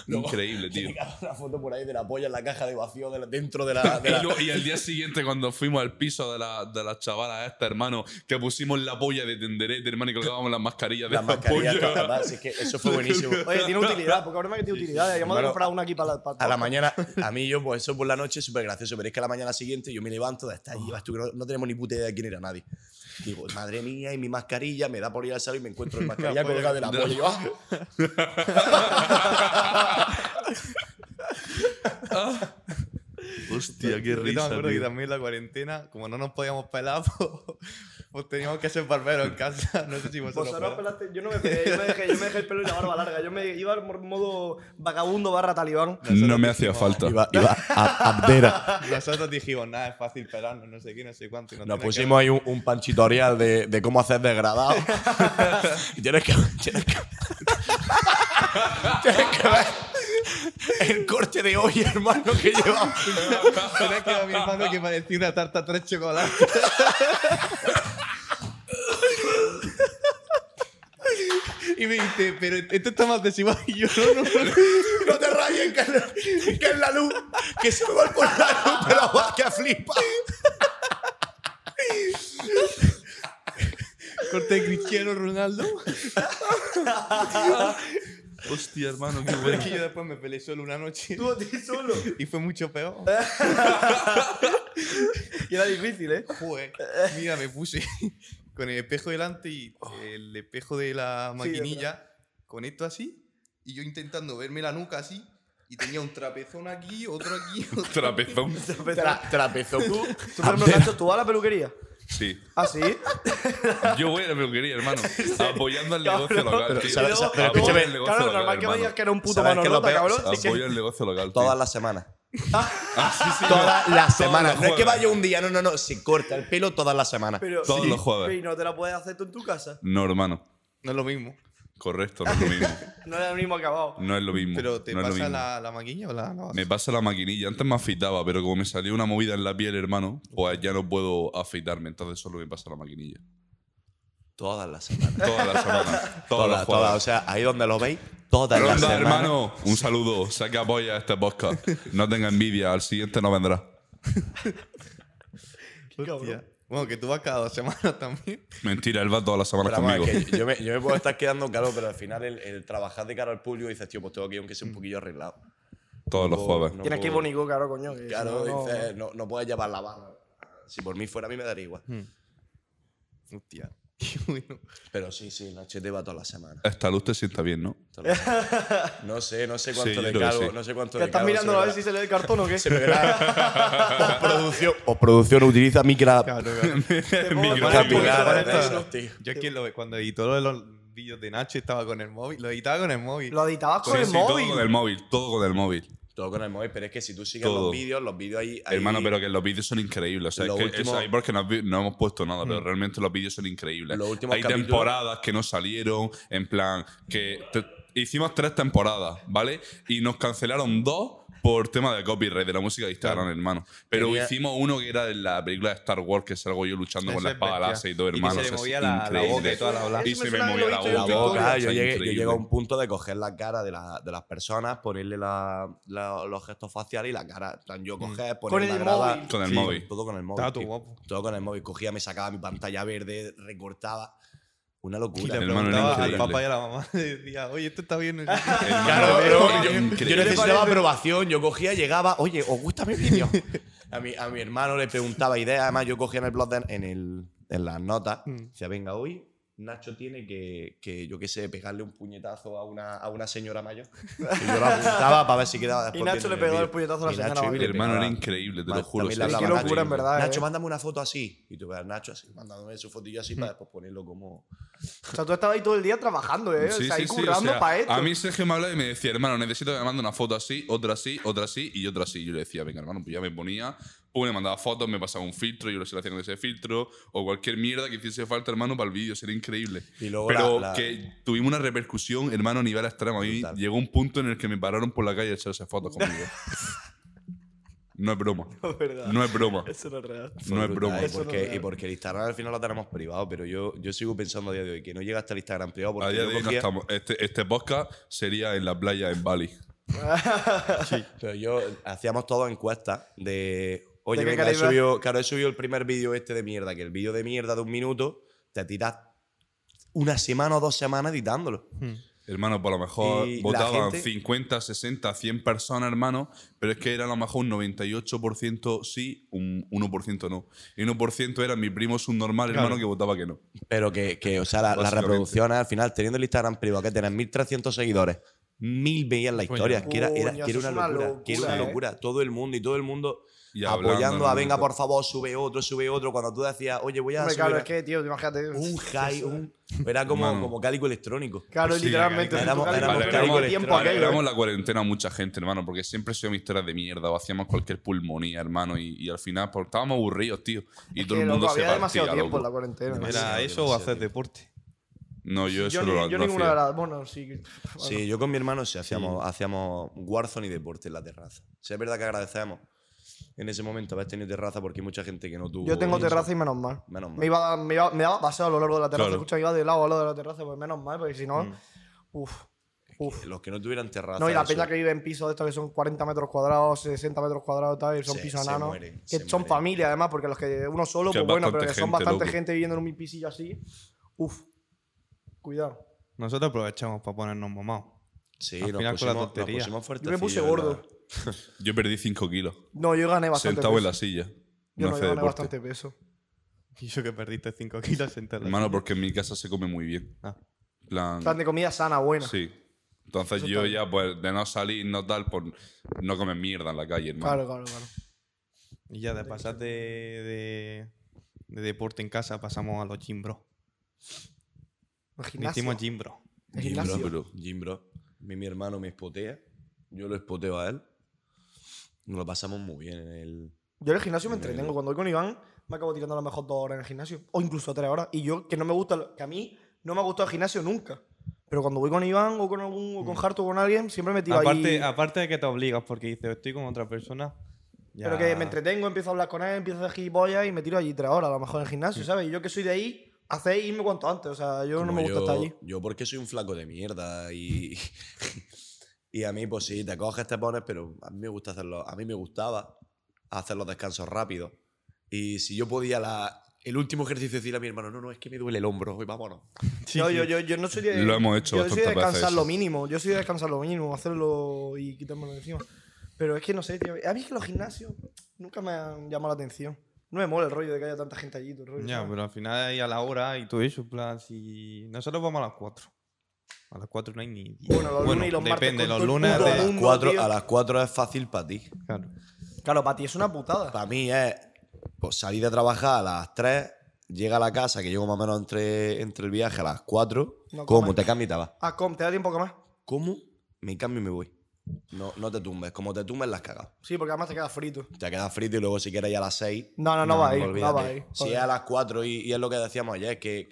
D: Increíble, tío.
E: Llegaba la foto por ahí de la polla en la caja de vacío de la- dentro de la...
D: Y,
E: de la-
D: luego- y al día siguiente, cuando fuimos al piso de la, de la chavala esta, hermano, que pusimos la polla de tenderete, hermano, y colgábamos las mascarillas de
E: la
D: la,
E: mascarilla
D: polla.
E: hasta más, es que eso fue buenísimo.
C: Oye, tiene utilidad, porque ahora me que tiene utilidad. Yo me voy a
E: Hermano,
C: comprar una aquí para la. para el
E: A la
C: podcast.
E: mañana, a mí yo, pues eso por la noche es súper gracioso, pero es que a la mañana siguiente yo me levanto de estar llevas tú, que no, no tenemos ni puta idea de quién era nadie. Digo, madre mía, y mi mascarilla, me da por ir al salón y me encuentro mi mascarilla colgada de la polla. Y yo, ah,
D: Hostia,
B: Yo te me acuerdo que también en la cuarentena, como no nos podíamos pelar, pues, pues teníamos que ser barberos en casa. No sé si vosotros.
C: Vosotros
B: fuera.
C: Pues pelaste- yo no me pegué, yo me, dejé, yo me dejé el pelo y la barba larga. Yo me iba en modo vagabundo barra talibán.
D: No me hacía falta.
E: iba, iba a Abdera.
B: "Ah, Nosotros dijimos, nada, es fácil pelarnos, no sé qué, no sé cuánto. y
E: Nos
B: tiene que-
E: pusimos ahí un, un panchitorial de, de cómo hacer degradado. y tienes que, tienes que, tienes que ver el corte de hoy, hermano, que llevamos.
B: Tenés que ver a mi hermano que parecía una tarta tres chocolates. y me dice, pero esto está más desigual. Y yo, no, no, no.
E: No te rayes, que, es- que es la luz. Que se me va por la luz, pero va que flipa.
B: Corte de Cristiano Ronaldo.
D: Hostia, hermano, qué
B: Pero
D: bueno.
B: es que yo después me peleé solo una noche.
C: Tú a ti solo.
B: Y fue mucho peor.
C: Y era difícil, ¿eh?
B: Joder, mira, me puse con el espejo delante y
D: Oh.
B: el espejo de la maquinilla con esto así y yo intentando verme la nuca así y tenía un trapezón aquí, otro aquí, otro
D: Trapezón.
E: Tra- trapezo.
C: Tú, por ejemplo, Nacho, ¿tú vas a la peluquería?
D: Sí.
C: ¿Ah, sí?
D: Yo voy a la peluquería, hermano. Apoyando al negocio
C: Cabrón.
D: local.
E: Pero,
D: tío.
E: ¿sabes- sabes- pero
D: Apoyo
E: escúchame,
D: al negocio
C: Claro,
D: local,
C: normal que me
D: hermano.
C: digas que era un puto
E: ¿Sabes qué es lo
C: manolota,
E: peor?
C: cabrón. Sí que-
D: Apoyo al negocio local. tío.
E: Todas las semanas.
D: Ah, sí, sí,
E: Todas las semanas. No es que
D: jueves.
E: vaya un día, no, no, no. Se corta el pelo todas las semanas.
C: Pero,
D: Todos los jueves.
C: pero ¿Y no te la puedes hacer tú en tu casa?
D: No, hermano.
B: No es lo mismo.
D: Correcto, no es lo mismo.
C: No era el mismo acabado.
D: No es lo mismo.
B: Pero te
D: no es lo
B: pasa
D: mismo.
B: la, la maquinilla o la, la vas-
D: Me pasa la maquinilla. Antes me afeitaba, pero como me salió una movida en la piel, hermano, pues ya no puedo afeitarme. Entonces solo me pasa la maquinilla.
E: Todas las semanas.
D: Todas las semanas. Todas
E: Todas,
D: las
E: todas. O
D: jueves.
E: sea, ahí donde lo veis, todas las
D: Ronda,
E: semanas.
D: hermano, un saludo. Saca polla a este podcast. No tenga envidia, al siguiente no vendrá.
B: Hostia. Bueno, que tú vas cada dos semanas también.
D: Mentira, él va todas las semanas
E: Pero vamos,
D: conmigo.
E: es que yo, me, yo me puedo estar quedando calvo, pero al final el, el trabajar de cara al público dices, tío, pues tengo que ir aunque sea un poquillo arreglado.
D: Todos los
E: No,
D: jueves.
E: no.
C: Tienes que ir bonito, claro, coño. que
E: Claro,
C: si no, no-
E: dices, no, no puedes llevar la barra. Si por mí fuera, a mí me daría igual.
C: Hmm.
B: Hostia. Qué bueno.
E: Pero sí, sí, Nacho te va todas las semanas.
D: Esta luz te sienta bien, ¿no?
E: Todas las semanas. No sé, no sé
D: Sí,
E: cuánto
D: yo
E: le
D: creo que
E: cargo,
D: sí.
E: no sé cuánto
C: ¿Te
E: le
C: estás
E: cargo,
C: mirando
E: se
C: a
E: me
C: ver si
E: verá-
C: se le ve el cartón o qué?
E: se me verá- Postproducción, postproducción utiliza micra
B: Claro, claro.
C: Te pongo-
D: micro-
C: te pongo-
E: capilares
C: te
E: de
C: pongo-
E: esos, tío.
B: Yo es que lo- cuando editó lo de los vídeos de Nacho estaba con el móvil. Lo editaba con el móvil.
C: Lo editabas con
D: Sí,
C: el
D: sí, Todo con el
C: móvil.
D: móvil, todo con el móvil.
E: Todo con el móvil, pero es que si tú sigues
D: Todo.
E: los vídeos, los vídeos ahí, ahí-
D: Hermano, pero que los vídeos son increíbles. O sea, es
E: Lo
D: que
E: último-
D: eso ahí porque no, has vi- no hemos puesto nada,
E: Mm.
D: pero realmente los vídeos son increíbles.
E: Los últimos
D: Hay
E: capítulos-
D: temporadas que no salieron, en plan, que te- hicimos tres temporadas, ¿vale? Y nos cancelaron dos por tema de copyright de la música de Instagram, hermano. Pero
E: Tenía-
D: hicimos uno que era de la película de Star Wars, que salgo yo luchando con
B: Ese
D: la
B: es
D: espada
B: bestia.
D: láser y todo,
B: Y que
D: hermano.
B: se
D: O
B: le
D: sea, es
B: movía la- la
D: increíble.
B: boca y toda la bla-
D: Y
C: Ese
D: se
C: me
D: me
C: suena
D: movía
C: que lo
D: la
C: he visto
D: boca.
C: en
D: y
E: la
D: todo,
E: boca.
D: o sea,
E: Yo llegué, yo
D: increíble.
E: llegué a un punto de coger la cara de, la- de las personas, ponerle la- la- los gestos faciales y la cara. en plan, Yo
B: Mm.
E: coger, poner
C: el
E: la grada-
C: móvil.
D: Con el
E: Sí,
D: móvil.
E: Todo con el móvil.
B: Estaba todo
E: tío.
B: guapo.
E: Todo con el móvil. Cogía, me sacaba mi pantalla verde, recortaba. Una
B: Y le
E: locura.
D: Hermano, era
B: preguntaba al
D: increíble.
B: papá y a la mamá. Le decía, oye, esto está bien.
D: Hermano,
E: Claro,
D: era
E: yo, yo
D: increíble.
E: necesitaba aprobación. Yo cogía, llegaba, oye, ¿os gusta mi vídeo? A mi, a mi
D: Mm.
E: hermano le preguntaba ideas. Además, yo cogía en el blog, de- en, el, en las notas. Decía, venga, hoy Nacho tiene que, que, yo qué sé, pegarle un puñetazo a una, a una señora mayor. Y yo la apuntaba para ver si quedaba después
C: Y Nacho
E: viendo
C: le pegó
E: vídeo.
C: el puñetazo a la
E: Y
C: señora
E: Nacho
C: mayor.
E: iba y le
D: Hermano,
E: pegaba.
D: era increíble, te
E: Ma-
D: lo juro.
E: también
D: sí.
E: le
C: Qué
E: hablaba
C: locura,
E: Nacho,
C: en verdad,
E: Nacho,
C: eh.
E: mándame una foto así. Y tú veas Nacho así, mandándome su fotillo
D: Mm.
E: así para después ponerlo como.
C: O sea, tú estabas ahí todo el día trabajando, ¿eh?
D: Sí,
C: o sea,
D: sí,
C: ahí
D: sí,
C: currando
D: o sea,
C: para esto.
D: A mí Sergio me hablaba y me decía, hermano, necesito que me mande una foto así, otra así, otra así y otra así. Yo le decía, venga, hermano, pues ya me ponía, pum, le mandaba fotos, me pasaba un filtro, yo lo hacía con ese filtro, o cualquier mierda que hiciese falta, hermano, para el vídeo, sería increíble.
E: Y luego
D: Pero
E: la- la-
D: que tuvimos una repercusión, hermano, a nivel extremo. A mí
E: Brutal.
D: llegó un punto en el que me pararon por la calle a echarse fotos conmigo. no es broma.
C: No, es verdad.
D: No es broma.
C: Eso no es real.
E: fue
D: No es
E: brutal.
D: broma.
E: Y
C: Eso no es
E: porque,
C: real.
E: y porque el Instagram al final lo tenemos privado, pero yo, yo sigo pensando a día de hoy que no llega hasta el Instagram privado porque
D: A día
E: yo
D: de hoy no
E: cogía-
D: estamos. Este, este podcast sería en la playa en Bali.
E: Pero yo hacíamos todo encuestas de. Oye,
C: ¿De qué
E: venga, he
C: calidad?
E: subido- claro, he subido el primer vídeo este de mierda, que el vídeo de mierda de un minuto te tiras una semana o dos semanas editándolo.
D: Hermano, por lo mejor
E: Y la
D: votaban
E: gente-
D: 50, 60, 100 personas, hermano, pero es que era a lo mejor un 98% sí, un 1% no. Y 1% era mi primo subnormal, hermano, que votaba que no.
E: Pero que, que, o sea, la- las
D: Básicamente.
E: reproducciones al final, teniendo el Instagram privado, que tenés 1300 seguidores, mil veían la historia, que era, era-
C: Coño,
E: que era
C: eso
E: una
C: es una
E: locura, que era una
C: locura, ¿eh?
E: locura. Todo el mundo y todo el mundo
D: Y hablando,
E: apoyando a,
D: hermano,
E: venga,
D: y
E: por favor, sube otro, sube otro. Cuando tú decías, oye, voy a
C: Hombre,
E: subir
C: claro,
E: a-
C: es que, tío, imagínate.
E: un high, un... Era como,
B: Mm.
D: Mano.
E: como cálico electrónico.
C: Claro,
B: Sí,
C: literalmente.
E: éramos-
C: tú
E: éramos
C: calculas
E: un
C: todo el
E: carico
C: tiempo
E: electrónico.
C: aquello, ¿eh?
D: Alegramos la cuarentena a mucha gente, hermano, porque siempre hacíamos historias de mierda o hacíamos cualquier pulmonía, hermano, y, y al final pues, estábamos aburridos, tío. Y
C: Es
D: todo
C: que,
D: el mundo
C: loco,
D: se
C: había
D: partía,
C: demasiado tiempo en la
D: loco.
C: cuarentena.
B: ¿Era
E: Demasiado,
B: eso o hacer
E: demasiado.
B: deporte?
D: No, yo
C: Yo,
D: eso no
C: ni-
D: lo
C: yo
D: no
C: ninguna
D: hacía.
C: de las. Bueno, sí. que-
E: Sí, yo con mi hermano sí hacíamos, hacíamos Warzone y deporte en la terraza. Sí, es verdad que agradecemos en ese momento haber tenido terraza porque hay mucha gente que no tuvo.
C: Yo tengo
E: eso.
C: terraza y menos mal.
E: Menos mal.
C: Me, iba, me, iba- me daba paseo a lo largo de la terraza.
D: Claro. Mm.
C: Escucha, iba de lado a lado de la terraza, pues menos mal, porque si no. Uf. Uf.
E: Los que no tuvieran terraza.
C: No, y la
E: eso-
C: peña que vive en pisos de estos que son 40 metros cuadrados, 60 metros cuadrados y tal, y son
E: Se-
C: pisos
E: se
C: enanos.
E: mueren,
C: que
E: se
C: son
E: mueren.
C: familia, además, porque los que uno solo,
D: Que
C: pues bueno, pero
D: bastante
C: que son
D: gente,
C: bastante
D: loco.
C: gente viviendo en un pisillo así. Uf. Cuidado.
B: Nosotros aprovechamos para ponernos mamados.
E: Sí,
B: Al
E: nos
B: final con la
E: pusimos, nos
B: tontería.
E: pusimos
C: Yo me puse
E: fuertecillos,
C: gordo.
E: ¿verdad?
D: Yo perdí 5 kilos,
C: No, yo gané bastante
D: sentado en
C: peso.
D: la silla.
C: Yo
D: No
C: no, yo
D: hacía
C: gané
D: deporte.
C: bastante peso.
B: Y yo que perdiste 5 kilos en tela.
D: Hermano, porque en mi casa se come muy bien.
B: Ah.
D: Plan,
C: Plan de comida sana, buena.
D: Sí. Entonces
C: Eso
D: yo
C: está
D: ya, pues, de no salir, no tal, pues, no comer mierda en la calle, hermano.
C: Claro, claro, claro.
B: Y ya de pasar de, de, de deporte en casa pasamos a los gimbros.
C: El gimnasio.
B: Hicimos gimbros.
C: El
E: Jim
C: gimnasio.
E: Bro, bro. Jim Bro. Mi, mi hermano me espotea. Yo lo espoteo a él. Nos lo pasamos muy bien en el.
C: Yo en el gimnasio me entretengo. Cuando voy con Iván, me acabo tirando a lo mejor dos horas en el gimnasio. O incluso tres horas. Y yo, que no me gusta, lo- que a mí no me ha gustado el gimnasio nunca. Pero cuando voy con Iván o con algún, o con Harto o con alguien, siempre me tiro
B: Aparte,
C: ahí.
B: aparte de que te obligas porque dices, estoy con otra persona. ya-
C: Pero que me entretengo, empiezo a hablar con él, empiezo a hacer gilipollas y me tiro allí tres horas a lo mejor en el gimnasio, ¿sabes? Y yo que soy de ahí, hacéis irme cuanto antes. O sea, yo no
E: Como
C: me gusta estar allí.
E: Yo porque soy un flaco de mierda y. y a mí, pues sí, te coges, te pones, pero a mí me gusta hacerlo. A mí me gustaba hacer los descansos rápidos. Y si yo podía la. El último ejercicio decirle a mi hermano, no, no, es que me duele el hombro, hoy vámonos.
B: Sí,
C: yo,
B: sí.
C: yo, yo, yo no soy de.
D: Lo hemos hecho
C: Yo soy de
D: bastantes veces
C: descansar lo
D: eso.
C: mínimo. Yo soy de descansar lo mínimo, hacerlo y quitármelo de encima. Pero es que no sé, tío. A mí es que los gimnasios nunca me han llamado la atención. No me mola el rollo de que haya tanta gente allí. todo el rollo,
B: Ya,
C: ¿sabes?
B: pero al final y a la hora y todo eso, en plan, si nosotros vamos a las 4. A las 4 no hay ni...
C: Bueno, los lunes y los martes
B: depende,
C: con
B: los
C: todo el
B: lunes...
C: puto
E: A
B: de-
E: las
C: mundo,
E: cuatro-
C: tío.
E: a las 4 es fácil para ti.
B: claro.
C: Claro, para ti es una putada.
E: Para mí es pues, salir de trabajar a las 3, llega a la casa, que llego más o menos entre, entre el viaje a las 4.
C: No
E: ¿Cómo?
C: comes.
E: Te cambias y te vas.
C: Ah, com, ¿te da tiempo que más?
E: ¿Cómo? Me cambio y me voy. No, no te tumbes. Como te tumbes, las cagas.
C: Sí, porque además te quedas frito.
E: Te quedas frito y luego si quieres ya a las 6.
C: No, no, no, va a ir. No
E: olvídate.
C: va a ir.
E: Si
C: Joder.
E: es a las 4 y, y es lo que decíamos ayer, que,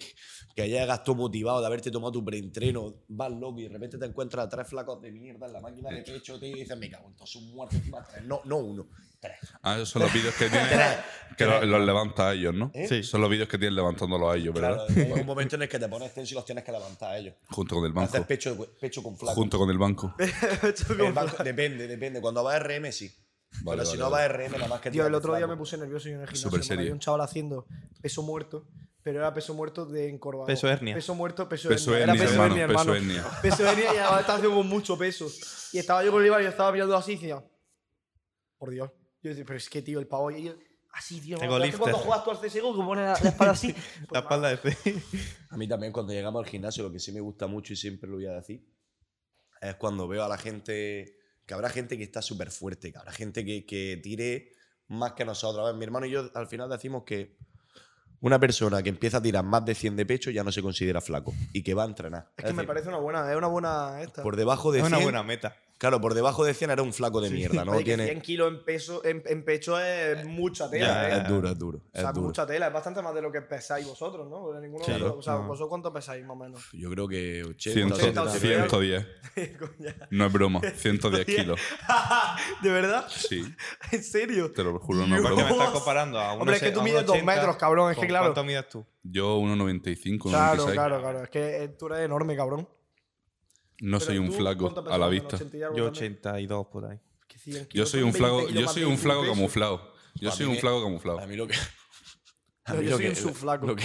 E: que llegas tú motivado de haberte tomado tu preentreno, vas loco y de repente te encuentras a tres flacos de mierda en la máquina de pecho tío, y dices, me cago en todos sus muertos encima tres. No, no uno, tres.
D: Ah, esos son los vídeos que tienen. que lo- los, levanta a ellos, ¿no?
C: ¿Eh?
B: Sí.
D: Son los vídeos que tienen levantándolos a ellos, ¿verdad?
E: Claro, es un momento en el que te pones tenso y los tienes que levantar a ellos.
D: Junto con el banco.
E: Haces pecho, pecho con flaco.
D: Junto con el banco.
E: El banco- depende, depende. Cuando va RM, sí.
D: Vale,
E: Pero si
D: vale,
E: no
D: vale.
E: va RM, nada más que
C: Tío, el otro día
E: flaco.
C: me puse nervioso y en el gimnasio.
D: Súper
C: man,
D: serio.
C: Había un chaval haciendo peso muerto, pero era peso muerto de encorvado.
B: Peso hernia.
C: Peso muerto, peso,
D: Peso
C: hernia.
D: hernia,
C: Era peso
D: hermano,
C: hernia, hermano.
D: peso hernia.
C: Peso hernia y además estaba haciendo con mucho peso. Y estaba yo con el Iván y yo estaba mirando así y decía, por Dios. Yo decía, pero es que, tío, el pavo ahí Así, tío.
B: Tengo
C: ¿no? Es que cuando
B: lifter.
C: juegas tú al CSGO que pones la, la espalda así? Pues,
B: La espalda de C.
E: A mí también cuando llegamos al gimnasio, lo que sí me gusta mucho y siempre lo voy a decir, es cuando veo a la gente, que habrá gente que está súper fuerte, que habrá gente que, que tire más que nosotros. A ver, mi hermano y yo al final decimos que una persona que empieza a tirar más de 100 de pecho ya no se considera flaco y que va a entrenar.
C: Es que me
E: decir,
C: parece una buena, es una buena esta.
E: por debajo de
B: Es
E: 100,
B: una buena meta.
E: claro, por debajo de 100 era un flaco de mierda, ¿no?
C: Oye, que
E: Tiene,
C: 100 kilos en, peso, en, en pecho es mucha tela,
B: ya,
C: ¿eh?
B: ya,
E: es duro, es duro,
C: O sea,
E: es duro.
C: mucha tela, es bastante más de lo que pesáis vosotros, ¿no? Porque ninguno de
E: Claro.
C: vosotros- o sea,
B: No.
C: ¿vosotros cuánto pesáis más o menos?
E: Yo creo que
D: 100,
E: 80,
C: 80,
E: 70.
D: 110.
C: Coño.
D: No es broma, 110 kilos.
C: ¿De verdad?
D: Sí,
C: ¿En serio?
D: te lo juro, no
C: Dios.
D: es
B: Porque me
D: broma.
B: estás comparando a uno
C: Hombre, es que
B: se-
C: tú
B: a
C: mides dos
B: 1,80.
C: metros, cabrón, es
B: ¿Con
C: que claro.
B: ¿Cuánto mides tú?
D: Yo 1,95, 1,96.
C: Claro, claro, claro. Es que eh, tú eres enorme, cabrón.
D: No soy un flaco a la vista.
B: Yo 82 por ahí.
D: Yo soy un flaco, yo soy un flaco camuflado. Yo
E: A
D: soy
E: mí
D: un
E: me-
D: flaco camuflado.
E: A mí lo que... a
C: Yo
E: mí lo
C: soy
E: que-
C: un subflaco.
E: lo que-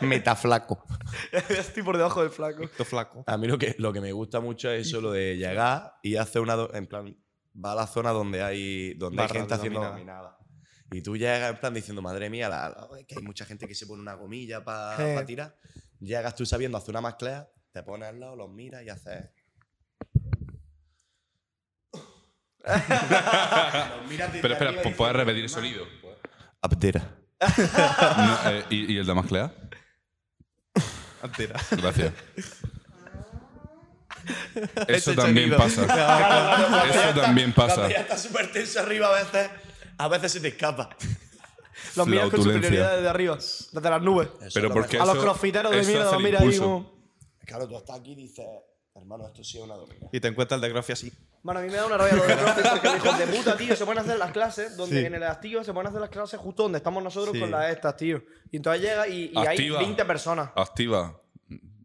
E: Metaflaco.
C: Estoy por debajo del flaco.
B: Esto flaco.
E: A mí lo que, lo que me gusta mucho es eso, lo de llegar y hacer una... do- En plan, va a la zona donde hay, donde hay
B: Barra
E: gente haciendo dominada.
B: dominada.
E: Y tú llegas en plan diciendo, madre mía, la- la- es que hay mucha gente que se pone una gomilla para
C: Sí.
E: tirar. Llegas tú sabiendo hacer una masclea, te pones al lado, los miras y haces... Los miras desde
D: Pero espera,
E: arriba y
D: ¿pu-
E: dices,
D: ¿puedes repetir el
E: "Hermano".
D: sonido?
E: Aptera.
D: No, eh, ¿y, y el de más clea?
B: Antera.
D: Gracias. Eso
E: Ese
D: también
E: sonido.
D: pasa. Eso también pasa.
E: Cuando ya está súper tenso arriba, a veces, a veces se te escapa.
C: Los miras con
D: flautulencia.
C: superioridad desde arriba, desde las nubes.
D: Pero porque
C: A los
D: eso-
C: crossfiteros de
D: eso
C: mierda
D: hace
C: los
D: el
C: mira ahí
D: impulso.
C: como...
E: Claro, tú estás aquí y dices, hermano, esto sí es una domina.
B: Y te encuentras el de Grofia así.
C: Mano, a mí me da una rabia lo de CrossFit porque los hijos de puta, tío, se ponen a hacer las clases donde
B: Sí.
C: en el activo se ponen a hacer las clases justo donde estamos nosotros
B: Sí.
C: con las estas, tío. Y entonces llega y, y hay
D: Activa.
C: 20 personas.
D: Activa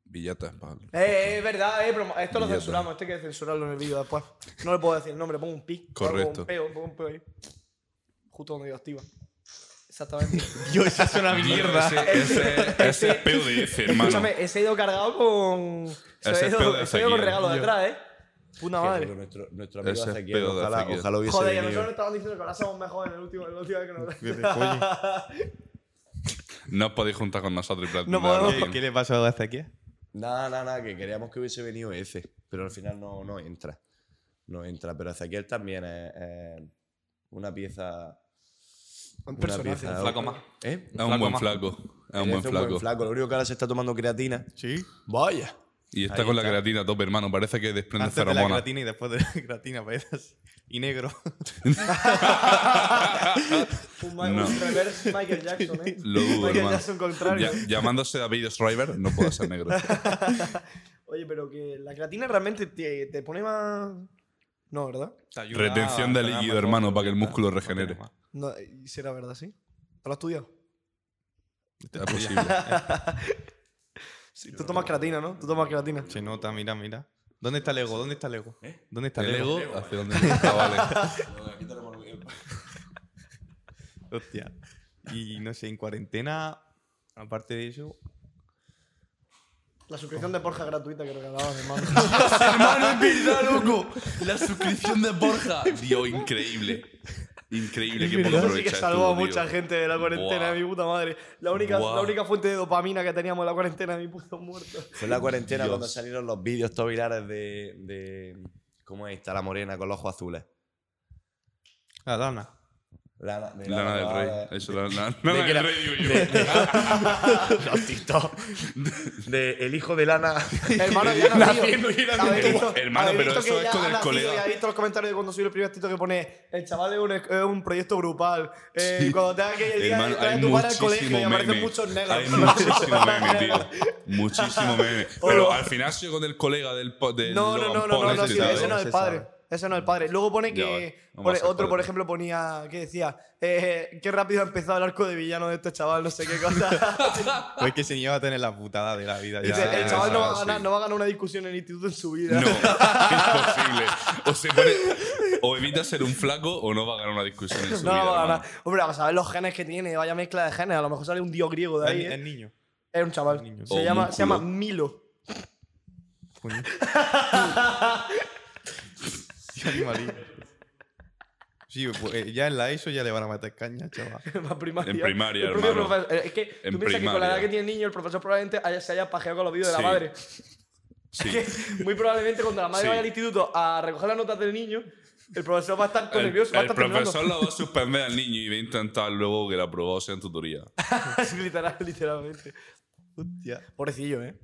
D: billetes. pa-
C: Eh, eh, es verdad, eh, pero esto lo
D: Idiota.
C: censuramos, este hay que censurarlo en el vídeo después. No le puedo decir el nombre, pongo un pic. Pongo
D: Correcto.
C: un peo, pongo un peo ahí. Justo donde yo activa. Exactamente.
B: Dios, esa es una mierda.
D: Ese, ese, ese es PUDF, hermano.
C: Escúchame, ese he ido cargado con. Se
D: Ese
C: ha
D: es
C: ido,
D: pedo de
C: se ha ido con
D: Ezequiel.
C: regalo detrás, eh. Puta madre.
E: Nuestro, nuestro amigo
D: Ese es
E: Ezequiel,
D: pedo de
E: ojalá,
D: Ezequiel.
E: ojalá hubiese
C: Joder, que
E: venido.
C: nosotros nos estaban diciendo que ahora somos mejores en el último, en la última vez que nos. Ah,
D: No os podéis juntar con nosotros y
C: No
D: plantear
C: podemos.
D: algo.
B: ¿Qué le pasó a este aquí?
E: Nada, nada, nada, que queríamos que hubiese venido ese, pero al final no, no entra. No entra, pero Ezequiel también es, es una pieza...
C: Un
E: una
C: personaje.
E: pieza-
B: flaco más.
E: ¿Eh?
D: Es un buen flaco. Es un buen
E: Parece
D: flaco.
E: Lo único que ahora se está tomando creatina.
B: Sí.
E: Vaya.
D: Y está
E: Ahí
D: con la
E: está.
D: creatina a tope, hermano. Parece que desprende
B: Antes de la
D: feromonas.
B: gratina y después de la gratina,
C: pues.
B: pareces. Y negro.
C: Un, Michael-
D: No.
C: un reverse Michael Jackson, ¿eh?
D: Lo dudo,
C: Michael
D: hermano.
C: Jackson contrario.
D: Ya- llamándose David Schreiber, no puedo ser negro.
C: Oye, pero que la creatina realmente te, te pone más. No, ¿verdad?
B: Te ayuda
D: Retención de
B: a entrenar
D: líquido,
B: mejor,
D: hermano, para que el
B: ¿verdad?
D: músculo
B: No
D: regenere.
B: tiene más.
C: No, y será verdad, sí. ¿Te lo has estudiado?
D: Es posible.
C: Sí, tú tomas creatina, ¿no? Tú tomas creatina.
B: Se nota, mira, mira. ¿Dónde está el ego? ¿Dónde está el ego? ¿Dónde está
D: ¿Eh? El
B: el
D: ego
B: ego?
D: hacia donde está, vale.
B: Hostia. Y no sé, en cuarentena, aparte de eso,
C: La suscripción de Porja gratuita que regalaban, hermano.
D: ¡Hermano, es verdad, loco! La suscripción de Borja. Dios, increíble. Increíble, que poco
C: Eso sí que
D: aprovechas
C: salvó a
D: tú, tío.
C: mucha gente de la cuarentena,
D: Buah.
C: mi puta madre. La única,
D: Buah.
C: la única fuente de dopamina que teníamos en la cuarentena, mi puto muerto.
E: Fue en la cuarentena cuando salieron los vídeos todos virales de, de- ¿Cómo es? Está la morena con los ojos azules.
B: la lana.
E: Lana, de
D: Lana del Rey. Eso, la- la- Lana
E: que
D: del
E: era-
D: Rey, digo yo.
E: Los TikTok. De el hijo de Lana.
C: Hermano, ya
E: Naciendo y era
C: ¿Habéis
E: de-
C: visto-
D: Hermano,
C: habéis
D: pero
C: visto que
D: eso es
C: ya
D: con
C: ha
D: el
C: nacido
D: colega.
C: y ¿Habéis visto los comentarios de cuando soy el primer tito que pone el chaval es un, es un proyecto grupal? Eh, Cuando tenga que ir
D: Hermano,
C: a
D: hay
C: tu padre al colegio
D: muchísimo
C: y aparecen
D: meme.
C: muchos negros.
D: Hay muchísimo meme, tío. Muchísimo meme. Pero al final sigo con el colega del po- del
C: No, no,
D: Logan
C: no, no,
D: Paul
C: no, no,
D: este,
C: sí,
D: ¿sabes?
C: ese no es el
B: Se
C: padre.
B: sabe.
C: Ese no es el padre. Luego pone
D: Ya,
C: que.
D: vale, no
C: pone-
D: va a ser
C: otro, por
D: padre.
C: ejemplo, ponía. que decía? Eh, qué rápido ha empezado el arco de villano de este chaval, no sé qué cosa.
B: Pues que se lleva a tener la putada de la vida.
C: Dice,
B: ya,
C: el
B: ya,
C: chaval no va, a
D: sí.
C: ganar, no va a ganar una discusión en el instituto en su vida.
D: No, imposible. O se pone, o evita ser un flaco o no va a ganar una discusión en su
C: No,
D: vida.
C: no va a ganar.
D: hermano.
C: Hombre, vamos a ver los genes que tiene, vaya mezcla de genes. A lo mejor sale un dios griego de
B: El,
C: ahí.
B: ni-
C: ¿eh?
B: el niño.
C: Es un chaval.
B: el niño.
C: Se,
D: O
C: llama, se llama
D: músculo.
C: Milo.
B: Coño. Qué animalillo. Sí, pues, ya en la ISO ya le van a meter caña, chaval.
C: Más primaria.
D: En primaria,
C: El propio
D: hermano.
C: profesor- eh, es que tú
D: En
C: piensas que con la edad
D: primaria.
C: que tiene el niño, el profesor probablemente haya- se haya pajeado con los vídeos de
D: Sí.
C: la madre.
D: Sí.
C: Que muy probablemente cuando la madre
D: Sí.
C: vaya al instituto a recoger las notas del niño, el profesor va a estar con nervioso, va a
D: el
C: estar
D: profesor lo va a suspender al niño y va a intentar luego que la aprobase en tutoría.
C: temblando. Literal, literalmente.
B: Hostia.
C: Pobrecillo, ¿eh?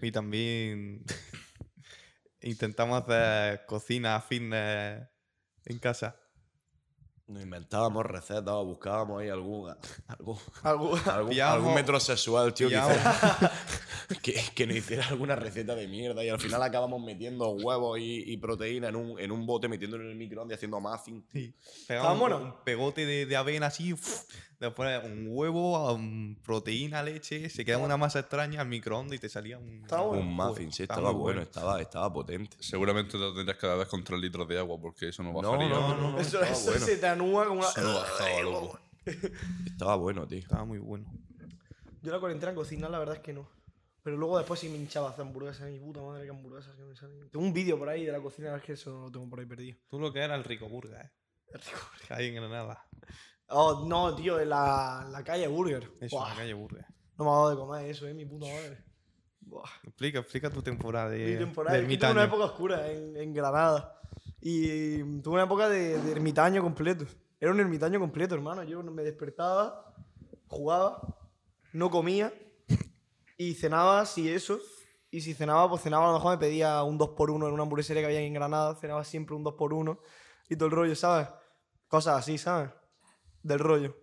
B: Y también intentamos hacer cocina, fitness en casa.
E: Nos inventábamos recetas, o buscábamos ahí algún, algún,
C: Algo-
E: algún,
B: Pillábamos-
E: algún metrosexual, tío, que,
B: Pillábamos-
E: hiciera- que, que nos hiciera alguna receta de mierda y al final acabamos metiendo huevos y, y proteína en un, en un bote, metiéndolo en el microondas y haciendo muffin.
B: Sí. Pegamos un,
C: Vámonos.
B: un pegote de, de avena así, después un huevo, um, proteína, leche, se quedaba una masa extraña al microondas y te salía un...
C: Estaba bueno.
E: Un muffin, sí,
B: Estaba
E: estaba
B: muy
E: bueno,
B: bueno.
E: Estaba, estaba potente.
D: Seguramente te tendrías que beber con 3 litros de agua porque eso no
E: No,
D: bajaría.
E: no, no, no,
C: eso
E: estaba
C: eso
E: bueno.
C: se te anúa como una...
D: Eso no bajaba, loco.
E: Estaba bueno, tío.
B: Estaba muy bueno.
C: Yo la cuarentena en cocina, la verdad es que no. Pero luego después sí me hinchaba a hacer hamburguesas. Mi puta madre, que hamburguesas que me salen. Tengo un vídeo por ahí de la cocina, es que eso lo tengo por ahí perdido.
B: Tú lo que era el rico burger, ¿eh?
C: El rico burger.
B: Ahí en Granada.
C: Oh, no, tío, en la, la calle Burger.
B: Eso,
C: Buah,
B: la calle burger.
C: No me ha dado de comer eso, eh, mi puta madre. Buah.
B: Explica, explica tu temporada de,
C: Mi temporada.
B: de
C: es que tuve una
B: ermitaño.
C: época oscura en, en Granada. Y tuve una época de, de ermitaño completo. Era un ermitaño completo, hermano. Yo me despertaba, jugaba, no comía y cenaba si eso. Y si cenaba, pues cenaba, a lo mejor me pedía un 2x1 en una hamburguesería que había en Granada. Cenaba siempre un 2x1 y todo el rollo, ¿sabes? Cosas así, ¿sabes? Del rollo.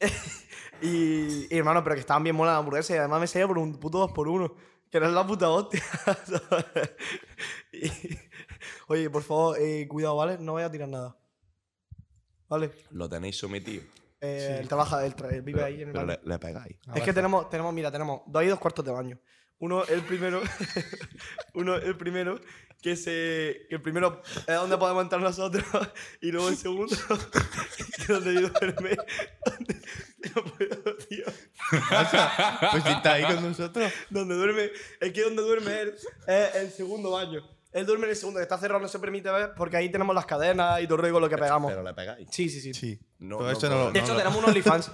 C: y, y, hermano, pero que estaban bien molas las hamburguesas y además me salía por un puto 2x1. Que era la puta hostia. ¿sabes? Y- oye, por favor, eh, cuidado, ¿vale? No vaya a tirar nada. ¿Vale?
E: Lo tenéis sometido.
C: Eh, Él trabaja, él, tra- él vive
E: Pero,
C: ahí en el
E: pero
C: baño.
E: le, le pegáis.
C: Es que
B: Abajo.
C: tenemos, tenemos, mira, tenemos dos hay dos cuartos de baño. Uno, el primero, uno, el primero, que se, que el primero es donde podemos entrar nosotros, y luego el segundo, que es donde yo duerme, donde, no puedo, tío.
B: Pues si está ahí con nosotros.
C: donde duerme, es que donde duerme él es el segundo baño. Él duerme en el segundo, que está cerrado, no se permite ver, porque ahí tenemos las cadenas y todo el rollo con lo que pegamos.
E: Pero le pegáis.
C: Sí, sí, sí.
B: Sí.
E: No,
B: Todo
E: no,
B: eso no,
E: no,
C: De
B: lo- no Mm.
C: hecho,
B: lo-
C: tenemos un OnlyFans.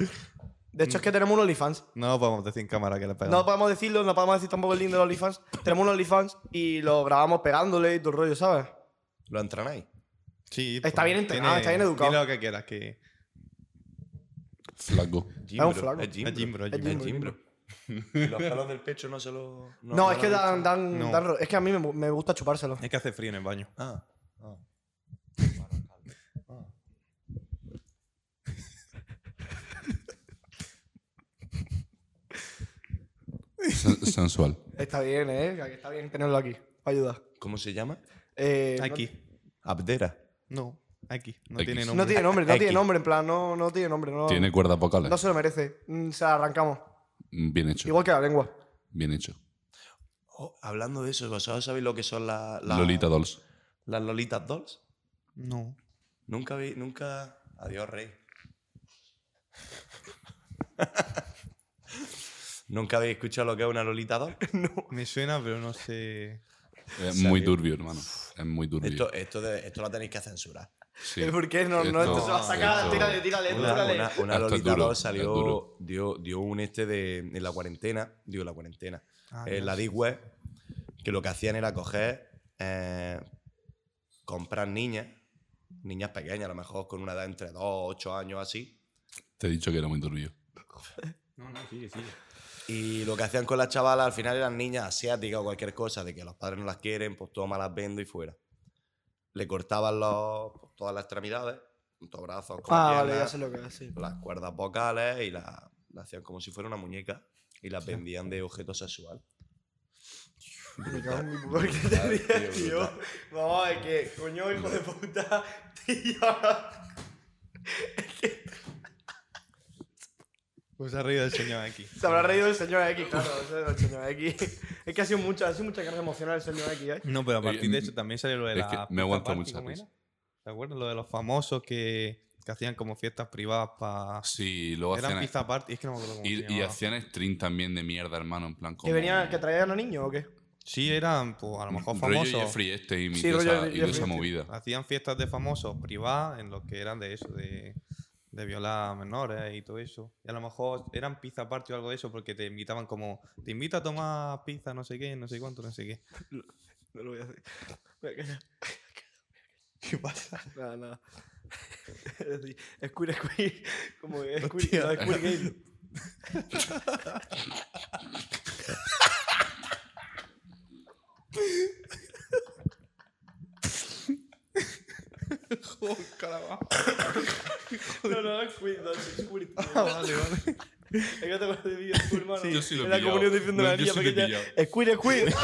C: De hecho, es que tenemos un OnlyFans.
B: no lo podemos decir en cámara que le pegamos.
C: No podemos decirlo, no podemos decir tampoco el link de los OnlyFans. Tenemos un OnlyFans y lo grabamos pegándole y todo el rollo, ¿sabes?
E: ¿Lo entrenáis?
B: Sí,
C: Está bien entrenado, está bien educado.
B: Dile lo que quieras, que
D: Flaco.
E: Gimbro,
C: flaco.
E: Es
B: es
E: Jimbro.
B: Jimbro,
C: Es
E: Es
B: Jimbro.
E: Jimbro. Y los pelos del pecho no se lo...
C: No, es que dan, dan,
B: No.
C: dan ro- Es que a mí me, me gusta chupárselo.
B: Es que hace frío en el baño.
E: Ah, ah.
D: Sensual.
C: Está bien, ¿eh? Que Está bien tenerlo aquí. Para ayudar.
E: ¿Cómo se llama?
C: Eh, no-
B: Aquí.
E: Abdera.
B: No, aquí. No
D: Aquí.
B: tiene
C: No,
B: nombre.
C: tiene nombre, no
E: Aquí.
C: tiene nombre. En plan, no, no tiene nombre. No,
D: Tiene cuerdas vocales.
C: no se lo merece. Mm, Se la arrancamos.
D: Mm, Bien hecho.
C: Igual que la lengua.
D: Bien hecho.
E: Oh, hablando de eso, ¿vosotros sabéis lo que son la- la-
D: Lolita Dolls.
E: las lolitas dolls?
B: No.
E: Nunca vi, nunca... Adiós, rey. ¿Nunca habéis escuchado lo que es una lolita doll?
B: Me suena, pero no sé.
D: Es muy turbio, hermano. Es muy turbio.
E: Esto, esto, de- esto lo tenéis que censurar.
D: Sí.
C: El por qué no, no,
D: Esto-
C: esto se va a sacar.
D: esto-
C: Tírale, tírale,
E: Una,
C: tírale.
E: una-
D: Ah, Esto
E: una
D: es
E: Lolita
D: duro,
E: Doll
D: es
E: salió,
D: duro.
E: dio, dio un este de, en la cuarentena, digo la cuarentena,
B: Ah,
E: en
B: no.
E: la Deep Web, que lo que hacían era coger, eh, comprar niñas, niñas pequeñas, a lo mejor con una edad entre 2 o 8 años así,
D: Te he dicho que era muy turbio.
E: y lo que hacían con las chavalas al final eran niñas asiáticas o cualquier cosa, de que los padres no las quieren, pues toma, las vendo y fuera. Le cortaban los, pues, todas las extremidades, tanto brazos como
C: Ah, vale, ya
E: piernas,
C: sé lo que es. sí.
E: las cuerdas vocales y la, la hacían como si fuera una muñeca y la vendían de objeto sexual.
C: Me cago en mi puta. ¿Por qué te ríes, tío? Vamos, es que, coño, hijo de puta, tío.
B: Pues se ha reído el señor aquí.
C: Se habrá reído el señor X, claro, ese es el señor X. Es que ha sido mucha, ha sido mucha carga emocional el señor X, ¿eh?
B: No, pero a
D: Oye,
B: partir de
D: mm,
B: eso también salió lo de
D: es
B: la.
D: que me
B: pizza
D: aguanta
B: party,
D: mucha
B: ¿cómo
D: risa.
B: era? ¿Te acuerdas? Lo de los famosos que, que hacían como fiestas privadas para.
D: Sí, luego
B: Eran
D: hacían.
B: pizza party. Es que no me acuerdo cómo se
D: Y, y
B: llamaba.
D: hacían stream también de mierda, hermano. En plan, como.
C: ¿Que venían, que traían a niños o qué?
B: Sí, eran, pues a lo mejor
D: Rollo
B: famosos.
D: Jeffrey este y, mi-
C: Sí,
D: de
C: rollo
D: esa, y de
C: Jeffrey
D: esa
C: Epstein.
D: movida.
B: Hacían fiestas de famosos privadas en los que eran de eso, de, de violar a menores y todo eso. Y a lo mejor eran pizza party o algo de eso porque te invitaban como, te invita a tomar pizza, no sé qué, no sé cuánto, no sé qué.
C: No lo voy a hacer. Voy a callar.
B: ¿Qué pasa?
C: Nada, nada. Es decir, es queer, es queer. Como que es queer,
B: Hostia.
C: no, es queer gay. No, no, es queer, no, es queer.
B: Ah, vale, vale.
C: Es que te acuerdas de vídeo de tu hermano.
D: yo sí lo he
C: en la
D: pillado.
C: comunión diciendo
D: No,
C: la
D: yo
C: niña
D: sí lo he
C: pequeña.
D: pillado.
C: Es queer, es queer.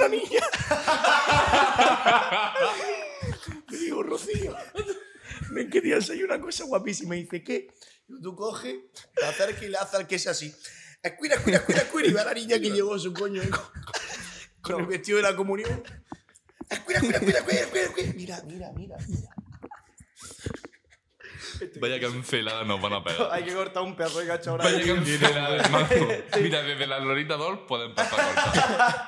E: Le digo, Rocío, me quería enseñar una cosa guapísima. Y dice, ¿qué? Y tú coges, te acercas y le haces al que es así. Escuira, escuira, escuira, escuira. Y va la niña que llegó su coño eh, con, con el vestido de la comunión. Escuira, escuira, escuira, escuira, escuira, escuira. Mira, mira, mira. mira.
D: Vaya cancelada nos van a pegar.
C: Hay que cortar un pedazo de cacho ahora.
D: Vaya cancelada, hermano. Mira, desde la Lolita Doll pueden empezar a cortar.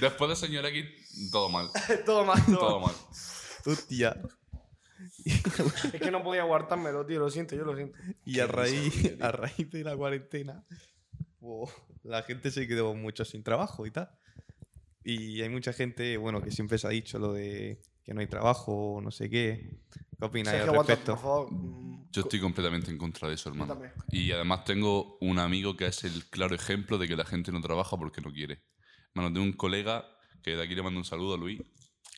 D: Después de Señor X, todo mal.
C: Todo mal,
D: Todo
C: todo.
D: mal.
B: Hostia.
C: Es que no podía aguantármelo, tío. Lo siento, yo lo siento.
B: Y a raíz, a raíz de la cuarentena, pues, la gente se quedó mucho sin trabajo y tal. Y hay mucha gente, bueno, que siempre se ha dicho lo de que no hay trabajo, no sé qué. ¿Qué opináis
C: Sergio,
B: al
C: aguanta,
B: respecto?
C: por favor. Mm,
D: Yo estoy completamente en contra de eso, hermano.
C: también.
D: Y además tengo un amigo que es el claro ejemplo de que la gente no trabaja porque no quiere. Hermano, tengo un colega que de aquí le mando un saludo a Luis.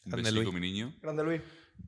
D: Un
B: Grande,
D: besico,
B: Luis.
D: mi niño.
C: Grande Luis.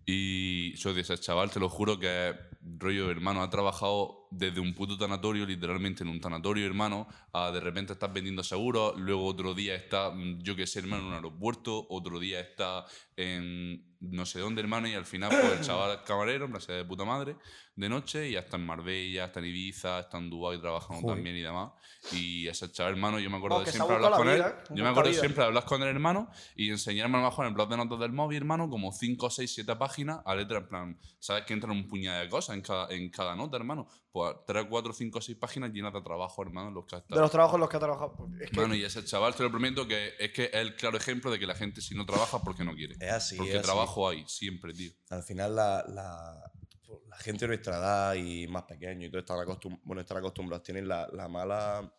D: Y yo de ese chaval, te lo juro que rollo, hermano, ha trabajado desde un puto tanatorio, literalmente en un tanatorio, hermano, a de repente estás vendiendo seguros, luego otro día está, mm, yo qué sé, hermano, en un aeropuerto, otro día está en no sé dónde, hermano, y al final, pues el chaval es camarero, en la ciudad de puta madre, de noche, y hasta en Marbella, hasta en Ibiza, hasta en Dubái trabajando
B: Joder.
D: también y demás. Y ese chaval, hermano, yo me acuerdo
C: Vamos,
D: de
C: Oh, que se
D: siempre
C: ha buscado
D: hablar con
C: la
D: él.
C: vida, ¿eh? Se ha
D: Yo me
C: buscado
D: acuerdo
C: vida.
D: siempre de hablar con el hermano y enseñarme a lo mejor en el blog de notas del móvil, hermano, como 5, 6, 7 páginas a letra. En plan, sabes que entran un puñado de cosas en cada, en cada nota, hermano. Pues 3, 4, 5, 6 páginas llenas de trabajo, hermano, los que has
C: De los trabajos en los que ha trabajado. pues, Es que
D: Hermano, y ese chaval, te lo prometo, que es que es el claro ejemplo de que la gente si no trabaja porque no
C: Eh,
D: quiere.
E: Es así,
D: porque
E: es así.
D: trabajo hay, siempre, tío.
E: Al final la, la, pues, la gente de nuestra edad y más pequeño y todo están, acostum bueno, están acostumbrados, tienen la, la mala...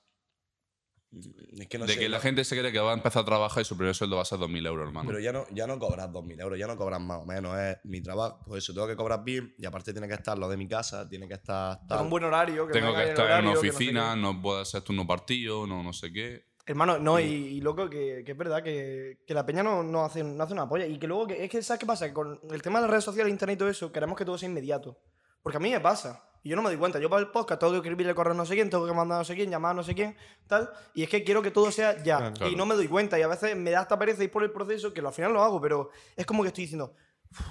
E: mm, Es que no
D: de
E: sé,
D: que la
E: no-
D: gente se cree que va a empezar a trabajar y su primer sueldo va a ser 2.000 euros, hermano.
E: Pero ya no, ya no cobras 2.000 euros, ya no cobras más o menos. Es mi trabajo, pues eso, tengo que cobrar bien y aparte tiene que estar lo de mi casa, tiene que estar
C: con
E: tal.
C: un buen horario. Que
D: Tengo
C: me hagan
D: que
C: el
D: estar en
C: horario,
D: una
C: que no sé
D: oficina,
C: qué.
D: no, puedo hacer turno partido, no, no sé qué.
C: Hermano, no, y, y loco, que, que es verdad que, que la peña no, no hace, no hace una polla. Y que luego, que, es que, ¿sabes qué pasa? Que con el tema de las redes sociales, internet y todo eso, queremos que todo sea inmediato. Porque a mí me pasa. Y yo no me doy cuenta. Yo para el podcast tengo que escribirle el correo a no sé quién, tengo que mandar a no sé quién, llamar a no sé quién, tal. Y es que quiero que todo sea ya.
B: Claro,
D: claro.
C: Y no me doy cuenta. Y a veces me da hasta pereza ir por el proceso, que al final lo hago, pero es como que estoy diciendo, "Uf,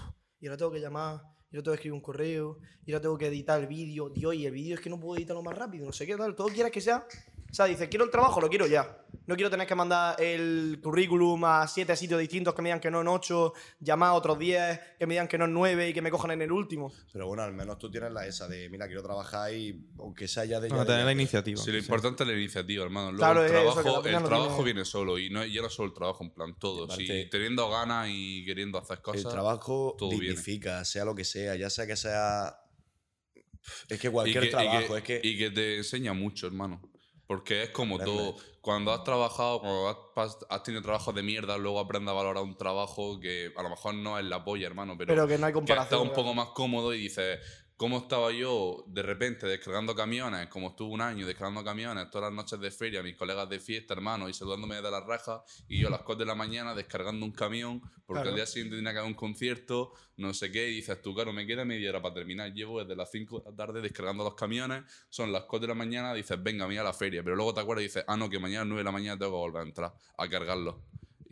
C: y ahora tengo que llamar, y ahora tengo que escribir un correo, y ahora tengo que editar el vídeo. Dios, y el vídeo es que no puedo editarlo más rápido, no sé qué tal. Todo quieras que sea. O sea, dices, quiero el trabajo, lo quiero ya. No quiero tener que mandar el currículum a siete sitios distintos que me digan que no en ocho, llamar a otros diez que me digan que no en nueve y que me cojan en el último.
E: Pero bueno, al menos tú tienes la esa de, mira, quiero trabajar y aunque sea ya de...
B: Bueno,
E: ya de
B: tener la
E: ya".
B: iniciativa.
D: Si lo
B: sí.
D: importante es la iniciativa, hermano. Luego
C: Claro,
D: el
C: es eso, que
D: trabajo,
C: la peña
D: el
C: no
D: trabajo
C: tiene-
D: viene solo y no, ya no solo el trabajo, en plan todo.
E: Y
D: Si
E: aparte-
D: teniendo ganas y queriendo hacer cosas.
E: El trabajo
D: todo viene.
E: dignifica, sea lo que sea, ya sea que sea... Es que
D: y
E: cualquier
D: que- y
E: trabajo,
D: que-
E: es que...
D: Y que te enseña mucho, hermano. Porque es como
E: Aprende.
D: todo. Cuando has trabajado, cuando has, pas- has tenido trabajos de mierda, luego aprendes a valorar un trabajo que a lo mejor no es la polla, hermano, pero,
C: Pero que no hay
D: que estás
C: comparación.
D: un poco más cómodo y dices, ¿cómo estaba yo de repente descargando camiones? Como estuve un año descargando camiones todas las noches de feria, mis colegas de fiesta, hermano, y saludándome de las rajas, y yo a las 4 de la mañana descargando un camión, porque
C: Claro.
D: al día siguiente tenía que haber un concierto, no sé qué, y dices tú, claro, me queda media hora para terminar, llevo desde las 5 de la tarde descargando los camiones, son las 4 de la mañana, dices, venga, mira la feria, pero luego te acuerdas y dices, ah, no, que mañana a las 9 de la mañana tengo que volver a entrar a cargarlo.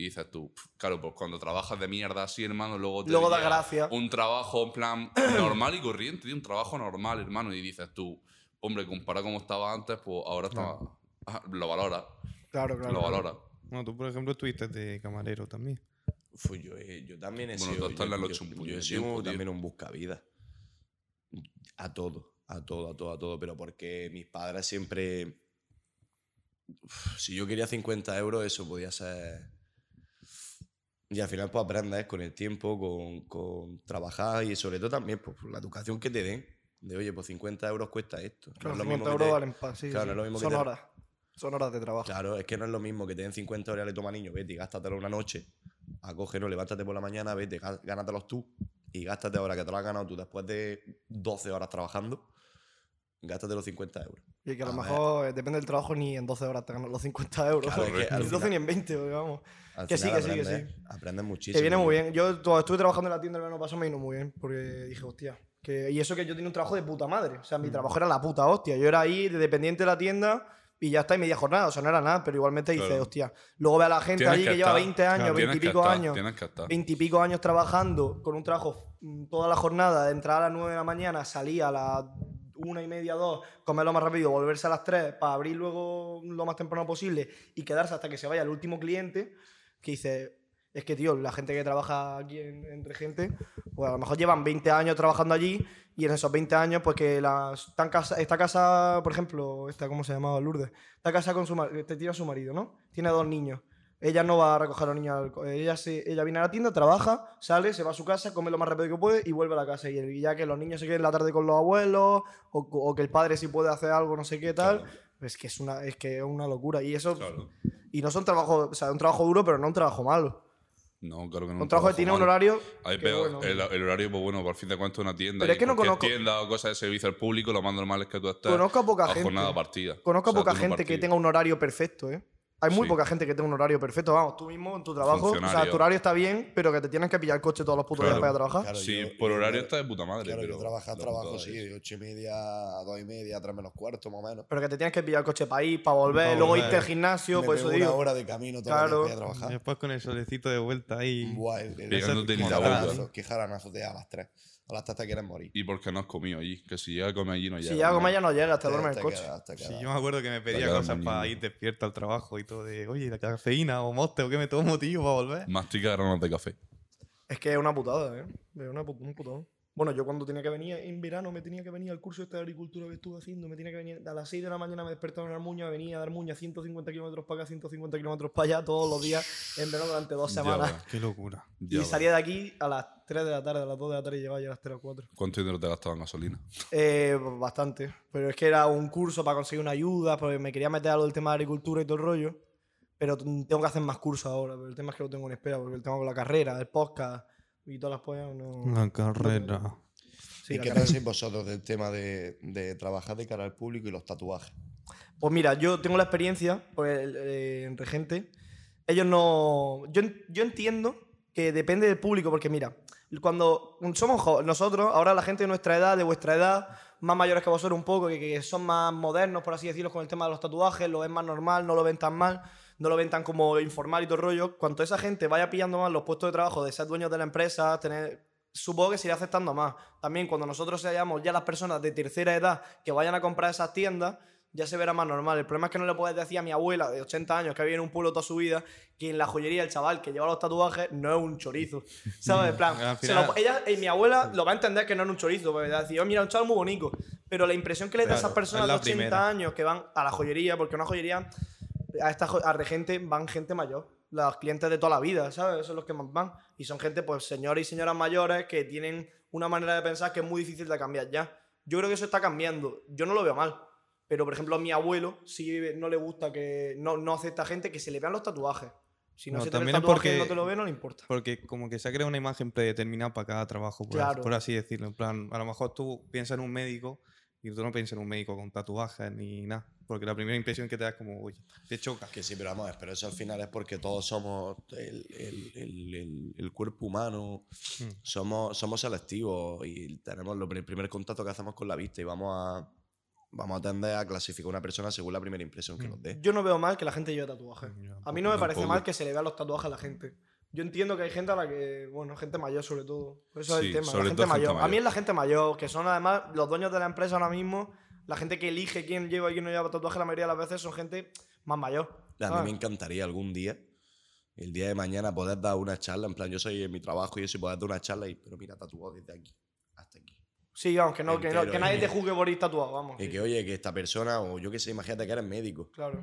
D: Y dices tú, "Pf, claro, pues cuando trabajas de mierda así, hermano, luego te
C: Luego da
D: llega
C: gracia.
D: un trabajo en plan normal y corriente, tío, un trabajo normal, hermano. Y dices tú, hombre, compara como estaba antes, pues ahora está, ah, lo valora,
C: Claro,
D: lo
C: claro.
D: valora.
B: Bueno, tú, por ejemplo, estuviste de camarero también.
E: Fu, yo, he- yo también he
D: Bueno,
E: sido.
D: tú estás en la
E: yo,
D: noche un
E: yo-
D: puño
E: yo he
D: de
E: sido
D: tiempo, tío.
E: también un buscavidas. A todo. A todo, a todo, a todo. Pero porque mis padres siempre. Uf, si yo quería 50 euros, eso podía ser. Y al final, pues aprendes con el tiempo, con, con trabajar y sobre todo también pues, por la educación que te den. De oye, pues 50 euros cuesta esto. No
C: Claro,
E: es lo
C: 50
E: mismo que
C: euros
E: te-
C: valen pa, sí,
E: Claro,
C: sí.
E: no es lo mismo que
C: Son
E: te-
C: horas. Son horas de trabajo.
E: Claro, es que no es lo mismo que te den 50 euros y le toma niño, vete y gástatelo una noche, acógelo, levántate por la mañana, vete, gá- gánatelos tú y gástate ahora que te lo has ganado tú después de 12 horas trabajando, gástate los 50 euros.
C: Y que a lo
E: A ver.
C: mejor, eh, depende del trabajo, ni en 12 horas te ganas los 50 euros.
E: Claro, es que al
C: ni en 12
E: final-
C: ni en 20, digamos.
E: Al
C: Que sí,
E: final
C: que sí, que sí.
E: aprendes- Aprendes muchísimo.
C: Te viene muy bien. Yo cuando estuve trabajando en la tienda el verano pasado me vino muy bien, porque dije, hostia. Que, y eso que yo tenía un trabajo de puta madre. O sea,
D: Mm.
C: mi trabajo era la puta hostia. Yo era ahí de dependiente de la tienda y ya está, y media jornada. O sea, no era nada, pero igualmente dices,
D: Claro.
C: hostia. Luego ve a la gente
D: Tienes
C: ahí que,
D: que
C: lleva
D: estar.
C: 20 años,
D: Claro,
C: 20 y
D: tienes que
C: pico
D: estar,
C: años.
D: Tienes que estar.
C: veintipico años trabajando con un trabajo mm, toda la jornada, de entrar a las 9 de la mañana, salir a las una y media, dos, comerlo más rápido, volverse a las 3 para abrir luego lo más temprano posible y quedarse hasta que se vaya el último cliente, que dice, es que tío, la gente que trabaja aquí en- entre gente, pues a lo mejor llevan 20 años trabajando allí y en esos 20 años, pues que las, tan casa, esta casa, por ejemplo, esta, ¿cómo se llamaba? Lourdes, esta casa con su marido, te tira su marido, ¿no? Tiene dos niños. Ella no va a recoger a los niños. al co- Ella, se, ella viene a la tienda, trabaja, sale, se va a su casa, come lo más rápido que puede y vuelve a la casa. Y el- y ya que los niños se queden la tarde con los abuelos o, co- o que el padre sí puede hacer algo, no sé qué tal, pues es que es una, es que es una locura. Y eso,
D: Claro.
C: y no son trabajos, o sea, un trabajo duro, pero no un trabajo malo.
D: No, claro que no.
C: un trabajo que tiene un
D: malo.
C: horario.
D: Ahí
C: que
D: veo
C: bueno.
D: el, el horario, pues bueno, por fin de cuentas una tienda.
C: Pero
D: y
C: es que no
D: cualquier
C: conozco-
D: tienda o cosas de servicio al público, lo más normal es que tú estés
C: Conozco a poca
D: a
C: gente.
D: jornada partida.
C: Conozco a
D: O sea,
C: poca
D: turno
C: gente que
D: partido.
C: tenga un horario perfecto, ¿eh? Hay muy
D: Sí.
C: poca gente que tenga un horario perfecto. Vamos, tú mismo en tu trabajo. O sea,
D: Funcionario.
C: tu horario está bien, pero que te tienes que pillar el coche todos los putos
D: Claro.
C: días para ir a trabajar.
E: Claro,
D: sí,
E: yo-
D: por
E: yo-
D: horario está de puta madre.
E: Claro,
D: pero
E: yo trabajo,
D: la
E: trabajo,
D: putada
E: sí,
D: es-
E: de 8 y media a 2 y media, 3 menos cuarto más o menos.
C: Pero que te tienes que pillar el coche para ir, para volver,
B: Pa'
C: luego
B: volver.
C: irte al gimnasio,
E: Me
C: por
E: pego
C: eso
E: una
C: digo.
E: hora de camino todo
C: Claro.
E: el día a trabajar.
B: Después con el solecito de vuelta ahí.
E: Buah, el- el-
D: Pegándote
E: qué
B: ni la
E: jaranazo,
B: boca.
E: Qué jaranazo te da a las 3. A las 3 te quieres morir.
D: Y porque no has comido allí, que si llega a comer allí no llega.
C: Si ya como ella no llegas, te duermes en
E: Te
C: el coche.
E: quedas, te
B: Sí,
E: quedas.
B: yo me acuerdo que me pedía
D: cada
B: cosas para
D: mañana.
B: ir despierto al trabajo y todo de, oye, la cafeína o moste o qué me tomo, tío, para volver.
D: Mastica granos de café.
C: Es que es una putada, ¿eh? Es una put- un putón. Bueno, yo cuando tenía que venir en verano, me tenía que venir al curso este de agricultura que estuve haciendo, me tenía que venir a las 6 de la mañana, me despertaba en Armuña, venía de Armuña 150 kilómetros para acá, 150 kilómetros para allá, todos los días, en verano durante dos
D: Ya
C: semanas.
D: ves,
B: Qué locura.
D: ya
C: Y
D: ves.
C: salía de aquí a las 3 de la tarde, a las 2 de la tarde y llegaba ya a las 3 o 4.
D: ¿Cuánto dinero te gastaba en gasolina?
C: Eh, bastante. Pero es que era un curso para conseguir una ayuda, porque me quería meter algo del tema de agricultura y todo el rollo. Pero t- tengo que hacer más cursos ahora. Pero el tema es que lo tengo en espera, porque el tema con la carrera, el podcast y todas las pollas no.
B: La carrera.
C: Sí,
E: Ah, ¿Y
C: la
E: qué
C: carrera.
E: pensáis vosotros del tema de, de trabajar de cara al público y los tatuajes?
C: Pues mira, yo tengo la experiencia porque, eh, en Regente. Ellos no. Yo, en- yo entiendo que depende del público, porque mira, cuando somos jo- nosotros, ahora la gente de nuestra edad, de vuestra edad, más mayores que vosotros un poco, que, que son más modernos, por así decirlo, con el tema de los tatuajes, lo ven más normal, no lo ven tan mal, no lo ven tan como informal y todo el rollo. Cuanto esa gente vaya pillando más los puestos de trabajo de ser dueños de la empresa, tener supongo que se irá aceptando más. También cuando nosotros seamos ya las personas de tercera edad que vayan a comprar esas tiendas, ya se verá más normal. El problema es que no le puedes decir a mi abuela de 80 años que ha vivido en un pueblo toda su vida que en la joyería el chaval que lleva los tatuajes no es un chorizo. ¿Sabes? En plan,
B: Al
C: se lo-
B: final-
C: ella, eh, mi abuela lo va a entender que no es un chorizo, porque va a decir, "Oh, mira, un chaval muy bonito. Pero la impresión que le da a
B: Claro,
C: esas personas
B: es
C: de
B: la
C: 80
B: primera.
C: años que van a la joyería, porque una joyería a esta jo- a regente van gente mayor. Los clientes de toda la vida, ¿sabes? Esos son los que más van. Y son gente, pues, señores y señoras mayores que tienen una manera de pensar que es muy difícil de cambiar ya. Yo creo que eso está cambiando. Yo no lo veo mal. Pero, por ejemplo, a mi abuelo sí no le gusta que. No, no acepta gente que se le vean los tatuajes. Si no,
B: No,
C: se te ve el
B: también es
C: tatuaje y
B: porque-
C: no te lo ve, no le importa.
B: Porque como que se ha creado una imagen predeterminada para cada trabajo, por,
C: Claro.
B: por así decirlo. En plan, a lo mejor tú piensas en un médico y tú no piensas en un médico con tatuajes ni nada. Porque la primera impresión que te da es como, oye, te choca.
E: Que sí, pero vamos, a ver, pero eso al final es porque todos somos el, el- el- el- el cuerpo humano,
C: Hmm.
B: Mm.
E: somos, somos selectivos y tenemos lo, el primer contacto que hacemos con la vista y vamos a, vamos a tender a clasificar a una persona según la primera impresión
C: Hmm.
E: que
B: Mm.
E: nos dé.
C: Yo no veo mal que la gente lleve tatuajes. A mí no me parece
D: Tampoco.
C: mal que se le vean los tatuajes a la gente. Yo entiendo que hay gente a la que, bueno, gente mayor sobre todo. Eso es el
D: Sí,
C: tema, la
D: sobre
C: gente
D: todo gente
C: mayor. A mí
D: mayor.
C: es la gente mayor, que son además los dueños de la empresa ahora mismo, la gente que elige quién lleva y quién no lleva tatuaje la mayoría de las veces son gente más mayor.
E: A mí
C: ¿sabes?
E: me encantaría algún día, el día de mañana, poder dar una charla. En plan, yo soy en mi trabajo y eso, y poder dar una charla y, pero mira, tatuado desde aquí hasta aquí.
C: Sí, vamos, que, no, que, no-
E: Entero,
C: que nadie
E: eh.
C: te juzgue por ir tatuado, vamos.
E: Y
C: sí,
E: que, oye, que esta persona, o yo qué sé, imagínate que eres médico,
C: Claro.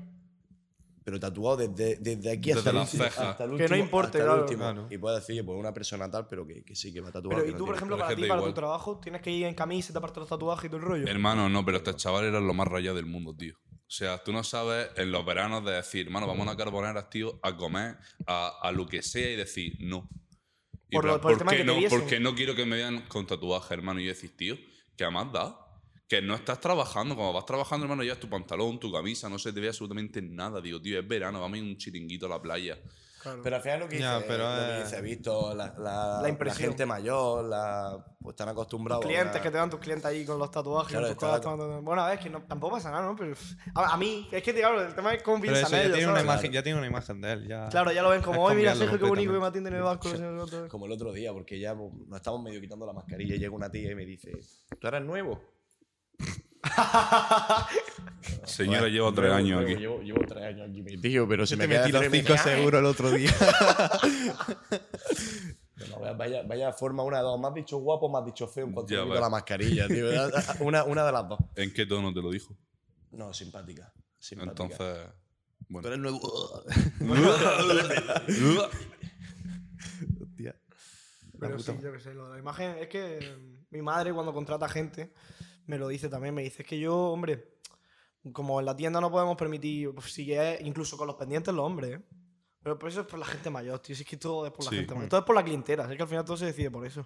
E: pero tatuado desde, desde aquí
D: Desde
E: hasta el
D: las
E: último.
D: cejas.
E: hasta el
C: Que no
E: último-
C: importe,
E: hasta el
C: claro.
E: último.
B: Claro.
E: Y puedes decir, pues una persona tal, pero que, que sí, que va tatuado.
C: Pero,
E: que
C: ¿y
E: no
C: tú, por
E: tiene-
C: ejemplo,
D: Pero
C: para
D: es que
C: ti,
D: da
C: para tu
D: igual.
C: trabajo, tienes que ir en camisa y taparte los tatuajes y todo el rollo?
D: Hermano, no, pero este chaval era los más rayados del mundo, tío. O sea, tú no sabes en los veranos de decir, hermano, vamos a carboneras, tío, a comer, a, a lo que sea y decir no. Y
C: Por lo-
D: plan,
C: por el tema
D: qué
C: que te
D: no?
C: diesen.
D: Porque no quiero que me vean con tatuaje, hermano. Y yo decís, tío, ¿qué más da? Que no estás trabajando, como vas trabajando, hermano, llevas tu pantalón, tu camisa, no se te ve absolutamente nada. Digo, tío, es verano, vamos a ir un chiringuito a la playa.
C: Claro.
E: Pero al final lo que
B: Ya,
E: dice,
B: pero,
E: lo que
B: eh,
E: dice, visto, la, la,
C: la impresión.
E: gente mayor, la, pues están acostumbrados. a
C: clientes
E: una-
C: que te dan tus clientes ahí con los tatuajes.
E: Claro,
C: con tus
E: está-
C: cosas, tan- tan- Bueno, a ver, es que no, tampoco pasa nada, ¿no? Pero a, a mí, es que claro, el tema es cómo
B: Pero
C: piensan
B: eso, ya
C: ellos.
B: tiene, una
C: ¿sabes?
B: imagen, ya tiene una imagen de él. Ya,
C: Claro, ya lo ven como,
B: Has
C: hoy mira,
B: cambiado
C: Sergio, qué bonito que me
B: completamente.
C: atiende en el banco. no sé, no sé".
E: Como el otro día, porque ya pues, nos estábamos medio quitando la mascarilla y llega una tía y me dice, ¿tú eres nuevo?
D: Señora,
E: Joder,
D: llevo tres
E: nuevo,
D: años
E: nuevo,
D: aquí.
E: Llevo, llevo tres años aquí metido, pero se
B: Yo
E: me
B: te
E: queda ¿eh?
B: metí los
E: hacer mi-
B: 5 seguros el otro día.
E: No, vaya- vaya, vaya forma una de dos. Me has dicho guapo, me has dicho feo en cuanto
D: Ya,
E: me quito
D: vale.
E: la mascarilla, tío. Una, una de las dos.
D: ¿En qué tono te lo dijo?
E: No, simpática. simpática.
D: Entonces,
E: Tú
D: bueno.
E: eres nuevo.
B: Hostia.
C: Pero
B: puta
C: sí, yo qué sé, lo de la imagen es que mm, mi madre cuando contrata gente me lo dice también, me dice es que yo, hombre, como en la tienda no podemos permitir, pues, sí que es- incluso con los pendientes los hombres, ¿eh? Pero por eso es por la gente mayor, tío, si es que todo es por la
D: Sí.
C: gente
B: Mm.
C: mayor, todo es por la clientela, es que al final todo se decide por eso.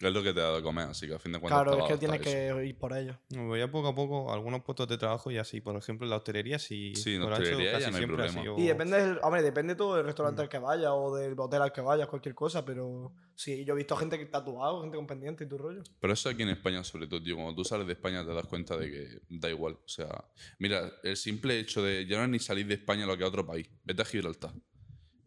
D: Es lo que te da de comer, así que a fin de cuentas. te
C: claro,
D: va
C: es
D: a
C: que
D: adaptar
C: tienes
D: a eso.
C: que ir por ellos.
B: No, pero ya poco a poco, algunos puestos de trabajo y así. Por ejemplo, en la hostelería, sí.
D: Sí, en
B: lo han hecho
D: hostelería ya
B: casi
D: no hay
B: siempre ha
D: problema.
B: sido-
C: Y depende, del, hombre, depende todo del
D: Mm.
C: restaurante al que vayas o del hotel al que vayas, cualquier cosa, pero sí, yo he visto gente que tatuado, gente con pendiente y tu rollo.
D: Pero eso aquí en España, sobre todo, tío, cuando tú sales de España te das cuenta de que da igual. O sea, mira, el simple hecho de ya no es ni salir de España lo que a otro país. Vete a Gibraltar.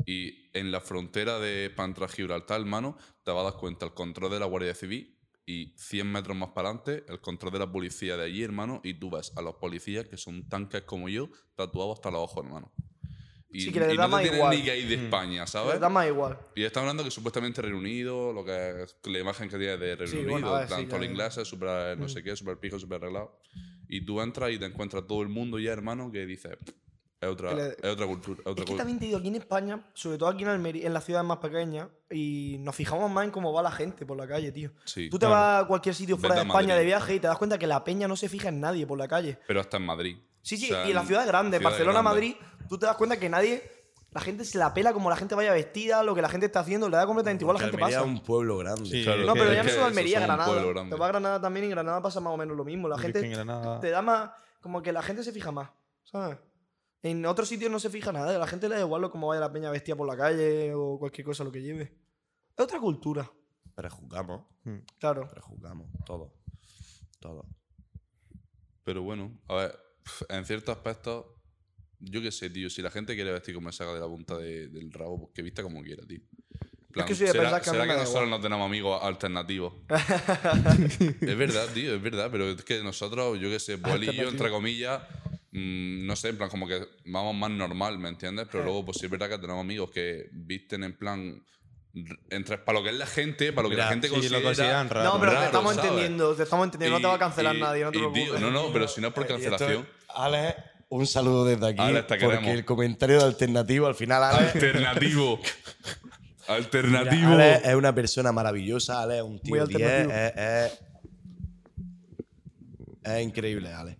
D: Y en la frontera de Pantra Gibraltar, hermano, te vas a dar cuenta el control de la Guardia Civil y 100 metros más para adelante, el control de la policía de allí, hermano, y tú ves a los policías que son tanques como yo, tatuados hasta los ojos, hermano. Y,
C: Sí, que les
D: y
C: da
D: no te
C: más
D: tienen
C: igual.
D: ni que ir de
B: Mm.
D: España,
C: Pero
D: ¿sabes?
C: da más igual.
D: Y está hablando que supuestamente Reino Unido, lo que es- la imagen que tiene de Reino
C: Sí,
D: Unido,
C: bueno, a ver, sí,
D: tanto
C: ya- Mm.
D: los ingleses, super eh, no sé qué, super pijo, super arreglado. Y tú entras y te encuentras todo el mundo ya, hermano, que dice, es otra,
C: Que le-
D: es otra cultura, es otra
C: Es que
D: cultura.
C: también te digo, aquí en España, sobre todo aquí en Almería, en las ciudades más pequeñas, y nos fijamos más en cómo va la gente por la calle, tío.
D: Sí,
C: Tú te
B: claro.
C: vas a cualquier sitio fuera de
D: Vete a
C: España de
D: Madrid.
C: viaje y te das cuenta que la peña no se fija en nadie por la calle.
D: pero hasta en Madrid.
C: Sí, sí,
D: O sea,
C: y en las ciudades grandes,
D: ciudades
C: Barcelona,
D: grandes.
C: Madrid, tú te das cuenta que nadie, la gente se la pela como la gente vaya vestida, lo que la gente está haciendo, le da completamente igual, la gente
E: Almería
C: pasa.
E: es un pueblo grande.
B: Sí,
D: Claro,
C: No, pero ya
D: es
C: no
D: que
C: solo
D: esos
C: Almería,
D: son un pueblo
C: Granada.
D: grande.
C: Te vas a Granada también y en Granada pasa más o menos lo mismo. La
B: Porque es que en
C: gente
B: Granada-
C: te da más, como que la gente se fija más, ¿sabes? En otros sitios no se fija nada, a la gente le da igual lo como vaya la peña vestida por la calle o cualquier cosa lo que lleve. Es otra cultura,
E: Prejuzgamos,
C: claro.
E: prejuzgamos, todo. Todo.
D: Pero bueno, a ver, en ciertos aspectos, yo qué sé, tío, si la gente quiere vestir como me saca de la punta de- del rabo, pues que vista como quiera, tío. Plan,
C: que soy de
D: ¿será,
C: pensar que a mí
D: será
C: me da
D: nosotros
C: igual.
D: no tenemos amigos alternativos? es verdad, tío, es verdad, pero es que nosotros, yo qué sé, bolillo, entre comillas, mm, no sé, en plan, como que vamos más normal, ¿me entiendes? Pero luego, pues sí es verdad que tenemos amigos que visten en plan. r- Entre, para lo que es la gente, para lo que
B: Mira,
D: la gente
B: sí, lo
D: considera.
B: consideran raro.
C: No, pero te
D: raro,
C: estamos
D: ¿sabes?
C: entendiendo, te estamos entendiendo, no te va a cancelar
D: Y-
C: nadie, no te
D: y, tío,
C: preocupes.
D: no, no, pero si no es por
E: Eh,
D: cancelación.
E: Alex, un saludo desde aquí.
D: Alex, te
E: porque
D: queremos.
E: el comentario de alternativo, al final, Alex.
D: Alternativo.
E: Mira,
D: Alternativo.
E: Alex es una persona maravillosa, Ale es un tío 10,
C: alternativo.
E: es, es- es increíble, Ale.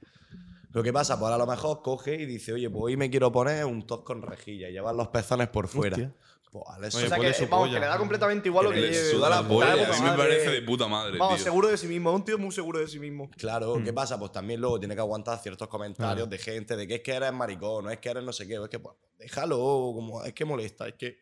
E: Lo que pasa, pues a lo mejor coge y dice, oye, pues hoy me quiero poner un top con rejilla y llevar los pezones por fuera.
B: Hostia.
E: Pues Ale, eso
C: O
B: Oye,
C: sea
B: pone
C: que,
B: su
C: vamos,
B: polla.
C: que le da completamente igual lo que
E: Que
D: Le
E: le
C: lleve.
D: suda la
C: da
D: polla.
C: eh, puta
D: A mí me
C: madre.
D: parece de puta madre.
C: Vamos,
D: tío.
C: seguro de sí mismo, es un tío muy seguro de sí mismo.
E: Claro,
D: mm.
E: ¿qué pasa? Pues también luego tiene que aguantar ciertos comentarios de gente de que es que eres maricón, no es que eres no sé qué, o es que pues déjalo, como es que molesta, es que...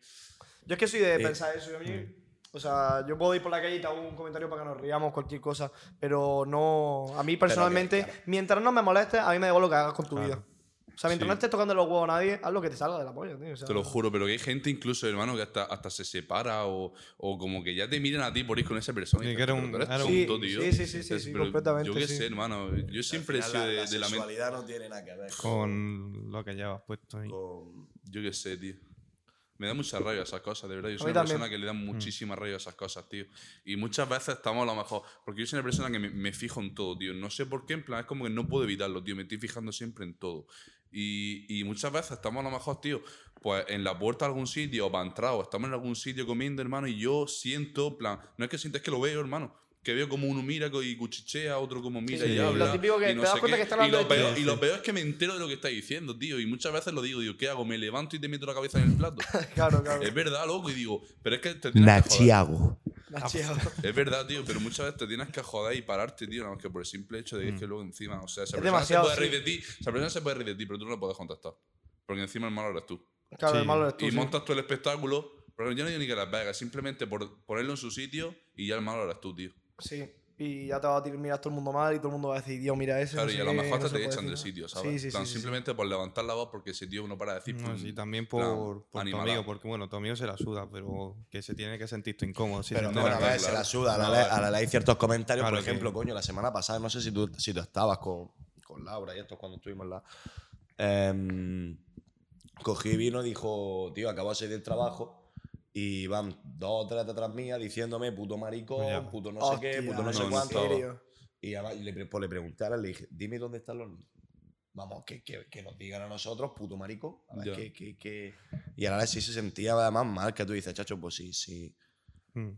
C: Yo es que soy de pensar eso. y A mí, O sea, yo puedo ir por la calle y te hago un comentario para que nos riamos, cualquier cosa. Pero no. A mí personalmente, mientras no me molestes, a mí me da igual lo que hagas con tu vida. O sea, mientras
D: Sí.
C: no estés tocando los huevos a nadie, haz lo que te salga de la polla, tío. o sea,
D: Te lo juro, pero que hay gente incluso, hermano, que hasta, hasta se separa o, o como que ya te miran a ti por ir con esa persona.
B: Sí,
D: dices,
B: que era
D: "Pero
B: un-
D: tú eres
B: era
C: un-
D: tonto, tío".
C: Sí, sí, sí, sí,
D: Dices,
C: sí,
D: "Pero
C: completamente,
D: Yo qué
C: sí.
D: sé, hermano. Yo siempre he
E: Al
D: sido
E: final,
D: de,
E: la,
D: de la mente.
E: sexualidad no tiene nada que ver con...
B: Con lo que llevas puesto ahí.
E: con-
D: Yo qué sé, tío. Me da mucha rabia esas cosas, de verdad. Yo soy
C: mí
D: una
C: también. Mm.
D: persona que le da muchísima rabia a esas cosas, tío. Y muchas veces estamos a lo mejor. Porque yo soy una persona que me, me fijo en todo, tío. No sé por qué, en plan, es como que no puedo evitarlo, tío. Me estoy fijando siempre en todo. Y, y muchas veces estamos a lo mejor, tío, pues en la puerta de algún sitio, o para entrar, o estamos en algún sitio comiendo, hermano, y yo siento, en plan, no es que siento, es que lo veo, hermano. Que veo como uno mira co- y cuchichea, otro como mira
C: Sí,
D: y
C: lo
D: habla.
C: típico que
D: y no
C: te das
D: sé
C: cuenta
D: qué.
C: que está
D: Y
C: hablando
D: lo
C: de ti.
D: peor- y lo peor es que me entero de lo que está diciendo, tío. Y muchas veces lo digo, digo, ¿qué hago? ¿Me levanto y te meto la cabeza en el plato?
C: Claro, claro.
D: Es verdad, loco, y digo, pero es que te tienes que joder.
E: Nachiago.
C: Nacheado.
D: Es verdad, tío, pero muchas veces te tienes que joder y pararte, tío, nada más que por el simple hecho de que, es que luego encima, o sea, esa
C: Mm. Es
D: persona se
C: demasiado,
D: puede
C: sí.
D: reír de ti, esa persona se puede reír de ti, pero tú no le puedes contestar. Porque encima el malo eres tú.
C: Claro, el
B: Sí.
C: malo eres tú.
D: Y
C: sí.
D: montas tú el espectáculo, pero yo no digo ni que las vegas, simplemente por ponerlo en su sitio y ya el malo eres tú, tío.
C: Sí. Y ya te va a tirar, mirar todo el mundo mal y todo el mundo va a decir, Dios, mira ese.
D: Claro,
C: no sé
D: y a lo
C: qué,
D: mejor
C: no
D: hasta
C: se
D: te
C: puede
D: echan del
C: decir
D: sitio,
C: nada".
D: ¿sabes?
C: Sí, sí,
D: Plan,
C: sí, sí, sí.
D: simplemente por levantar la voz porque ese tío no para de decir. "Mm,
B: No,
D: "Pum,
B: sí, también
D: plan,
B: por, por tu
D: animalada".
B: amigo, porque bueno, tu amigo se la suda, pero que se tiene que sentir tú incómodo. Si se
E: Pero
B: entera
E: bueno, a
B: que-
E: ver, se la suda. A la,
D: No,
E: ley-
D: vale.
E: a la ley hay ciertos comentarios.
B: Claro
E: por ejemplo,
B: que-
E: coño, la semana pasada, no sé si tú, si tú estabas con, con Laura y esto cuando estuvimos en la. Em, cogí vino, dijo, tío, acabo de salir del trabajo. Y van dos o tres detrás mía diciéndome puto maricón,
B: Ya.
E: puto no sé
C: Hostia,
E: qué, puto no, sé
D: no, no
E: cuánto.
D: estaba.
C: serio.
E: Y además le, pre- pues le pregunté a la- le dije, dime dónde están los niños. Vamos, que, que, que nos digan a nosotros, puto marico. A ver,
D: Ya.
E: que, que, que... Y ahora sí se sentía además mal que tú dices, chacho, pues sí, sí.
B: Mm.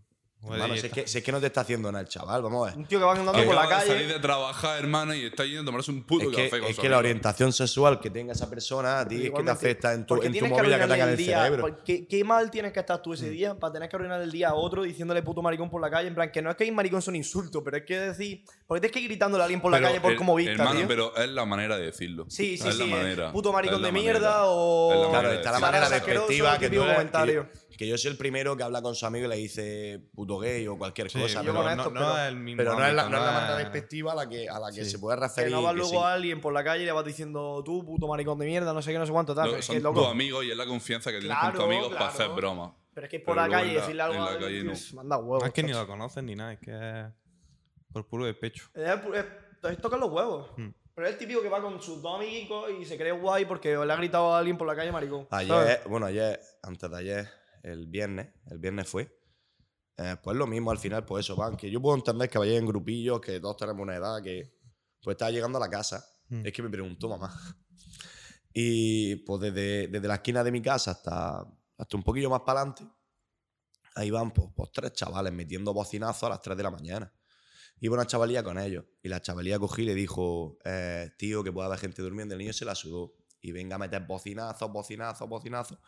B: Joder,
E: Hermano,
B: y
E: si es,
B: está-
E: que, si es que no te está haciendo nada el chaval, vamos a ver.
C: Un tío que va andando por
D: Acaba
C: la
D: de salir
C: calle.
D: de trabajar, hermano, y está yendo a tomarse un puto
E: Es que,
D: café con
E: es
D: su
E: que la
D: amigo.
E: orientación sexual que tenga esa persona a ti es que te
C: igualmente,
E: afecta en tu,
C: porque
E: en tu
C: tienes que
E: móvil que te haga
C: arruinarle
E: en
C: el
E: el
C: día,
E: cerebro.
C: porque- ¿Qué, mal tienes que estar tú ese día para tener que arruinar el día a otro diciéndole puto maricón por la calle? En plan, que no es que ir maricón es un insulto, pero es que decir. Porque tienes que ir gritándole a alguien por la
D: Pero,
C: calle por
D: her-
C: cómo vista,
D: hermano,
C: tío.
D: pero es la manera de decirlo.
C: Sí, sí,
D: es la
C: sí, eh.
D: manera.
C: Puto maricón
D: Es la
C: de
D: manera.
C: mierda o-
D: Es la
C: Claro,
D: manera
E: Claro,
D: de
E: está la
D: decirlo.
E: manera
C: Sarasa,
E: despectiva
C: asqueroso,
E: que, tú
C: típico
E: eres-
C: comentario.
E: que, que yo soy el primero que habla con su amigo y le dice puto gay o cualquier
B: sí,
E: cosa.
B: pero
E: Pero,
C: con
B: no,
C: esto,
B: no
C: pero-
B: es el mismo
E: pero no, es la,
B: ámbito,
E: no es la
B: no
E: manera
B: es-
E: despectiva a la que, a la que
B: Sí.
E: se puede
C: Que
E: referir.
C: no va
E: que
C: luego
E: sí.
C: a alguien por la calle y le vas diciendo tú, puto maricón de mierda, no sé qué, no sé cuánto, tal.
D: Lo-
C: pero es que,
D: son
C: loco,
D: tus amigos y es la confianza que tienes con tus
C: Claro,
D: amigos para
C: claro.
D: hacer broma.
C: pero es que por
D: pero
C: la
D: luego en
C: calle
D: la-
C: decirle algo
D: en la
C: a alguien,
D: calle
C: tío,
D: no.
C: pff, manda huevos.
B: No es que ni
C: chacho.
B: lo conocen ni nada, es que es por puro despecho.
C: Es, es- es tocar los huevos.
D: Mm.
C: Pero es el típico que va con sus dos amiguitos y se cree guay porque le ha gritado a alguien por la calle maricón. ¿sabes?
E: Ayer, bueno, ayer, antes de ayer, el viernes, el viernes fue. eh, pues lo mismo al final, pues eso, van. Que yo puedo entender que vayáis en grupillos, que todos tenemos una edad, que. Pues estaba llegando a la casa.
B: Mm.
E: Es que me preguntó mamá. Y pues desde, desde la esquina de mi casa hasta, hasta un poquillo más para adelante, ahí van pues, pues, tres chavales metiendo bocinazos a las 3 de la mañana. Iba una chavalía con ellos. Y la chavalía cogí y le dijo, eh, tío, que puede haber gente durmiendo. El niño se la sudó. Y venga a meter bocinazos, bocinazos, bocinazos.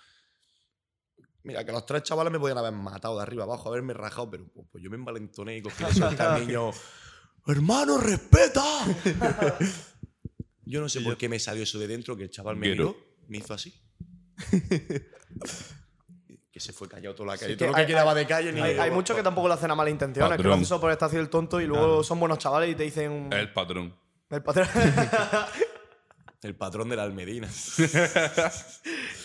E: Mira, que los tres chavales me podían haber matado de arriba abajo, haberme rajado, pero pues, pues yo me envalentoné y cogí y le solté al niño. ¡Hermano, respeta! yo no sé por qué me salió eso de dentro, que el chaval me
D: Guero.
E: miró, me hizo así. que se fue callado toda la calle.
C: Sí,
E: todo
C: que
E: lo que
C: hay-
E: quedaba de
D: eh,
E: calle. ni
C: Hay, hay
E: yo-
C: muchos que tampoco lo hacen a malas intenciones, que lo
D: Padrón.
C: hacen solo por estar haciendo el tonto y luego son buenos chavales y te dicen.
D: Es el patrón.
C: El patrón.
E: El patrón de la Almedina.
C: No,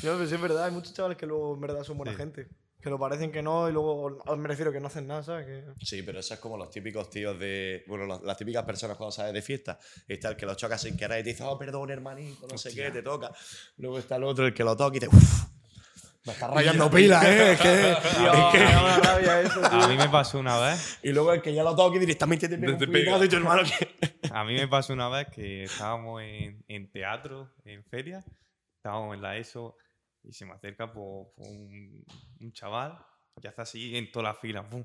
C: pero sí es verdad, hay muchos chavales que luego en verdad son buena gente. Que lo parecen que no y luego o- me refiero que no hacen nada, ¿sabes? Que-
E: Sí, pero eso es como los típicos tíos de. Bueno, los- las típicas personas cuando sales de fiesta. Está el que lo choca sin querer y te dice, oh, perdón, hermanito, no sé qué, te toca. Luego está el otro, el que lo toca y te. "Uf, me está rayando pila, ¿eh? Es que, es
C: Tío,
E: que-".
C: me da una rabia eso, tío.
B: A mí me pasó una vez,
E: Y luego el que ya lo toca y directamente te pega un
D: Te pega.
E: puñetazo y tu hermano que.
B: a mí me pasó una vez que estábamos en, en teatro, en feria, estábamos en la ESO y se me acerca po- po un, un chaval que hace así en toda la fila. ¡pum!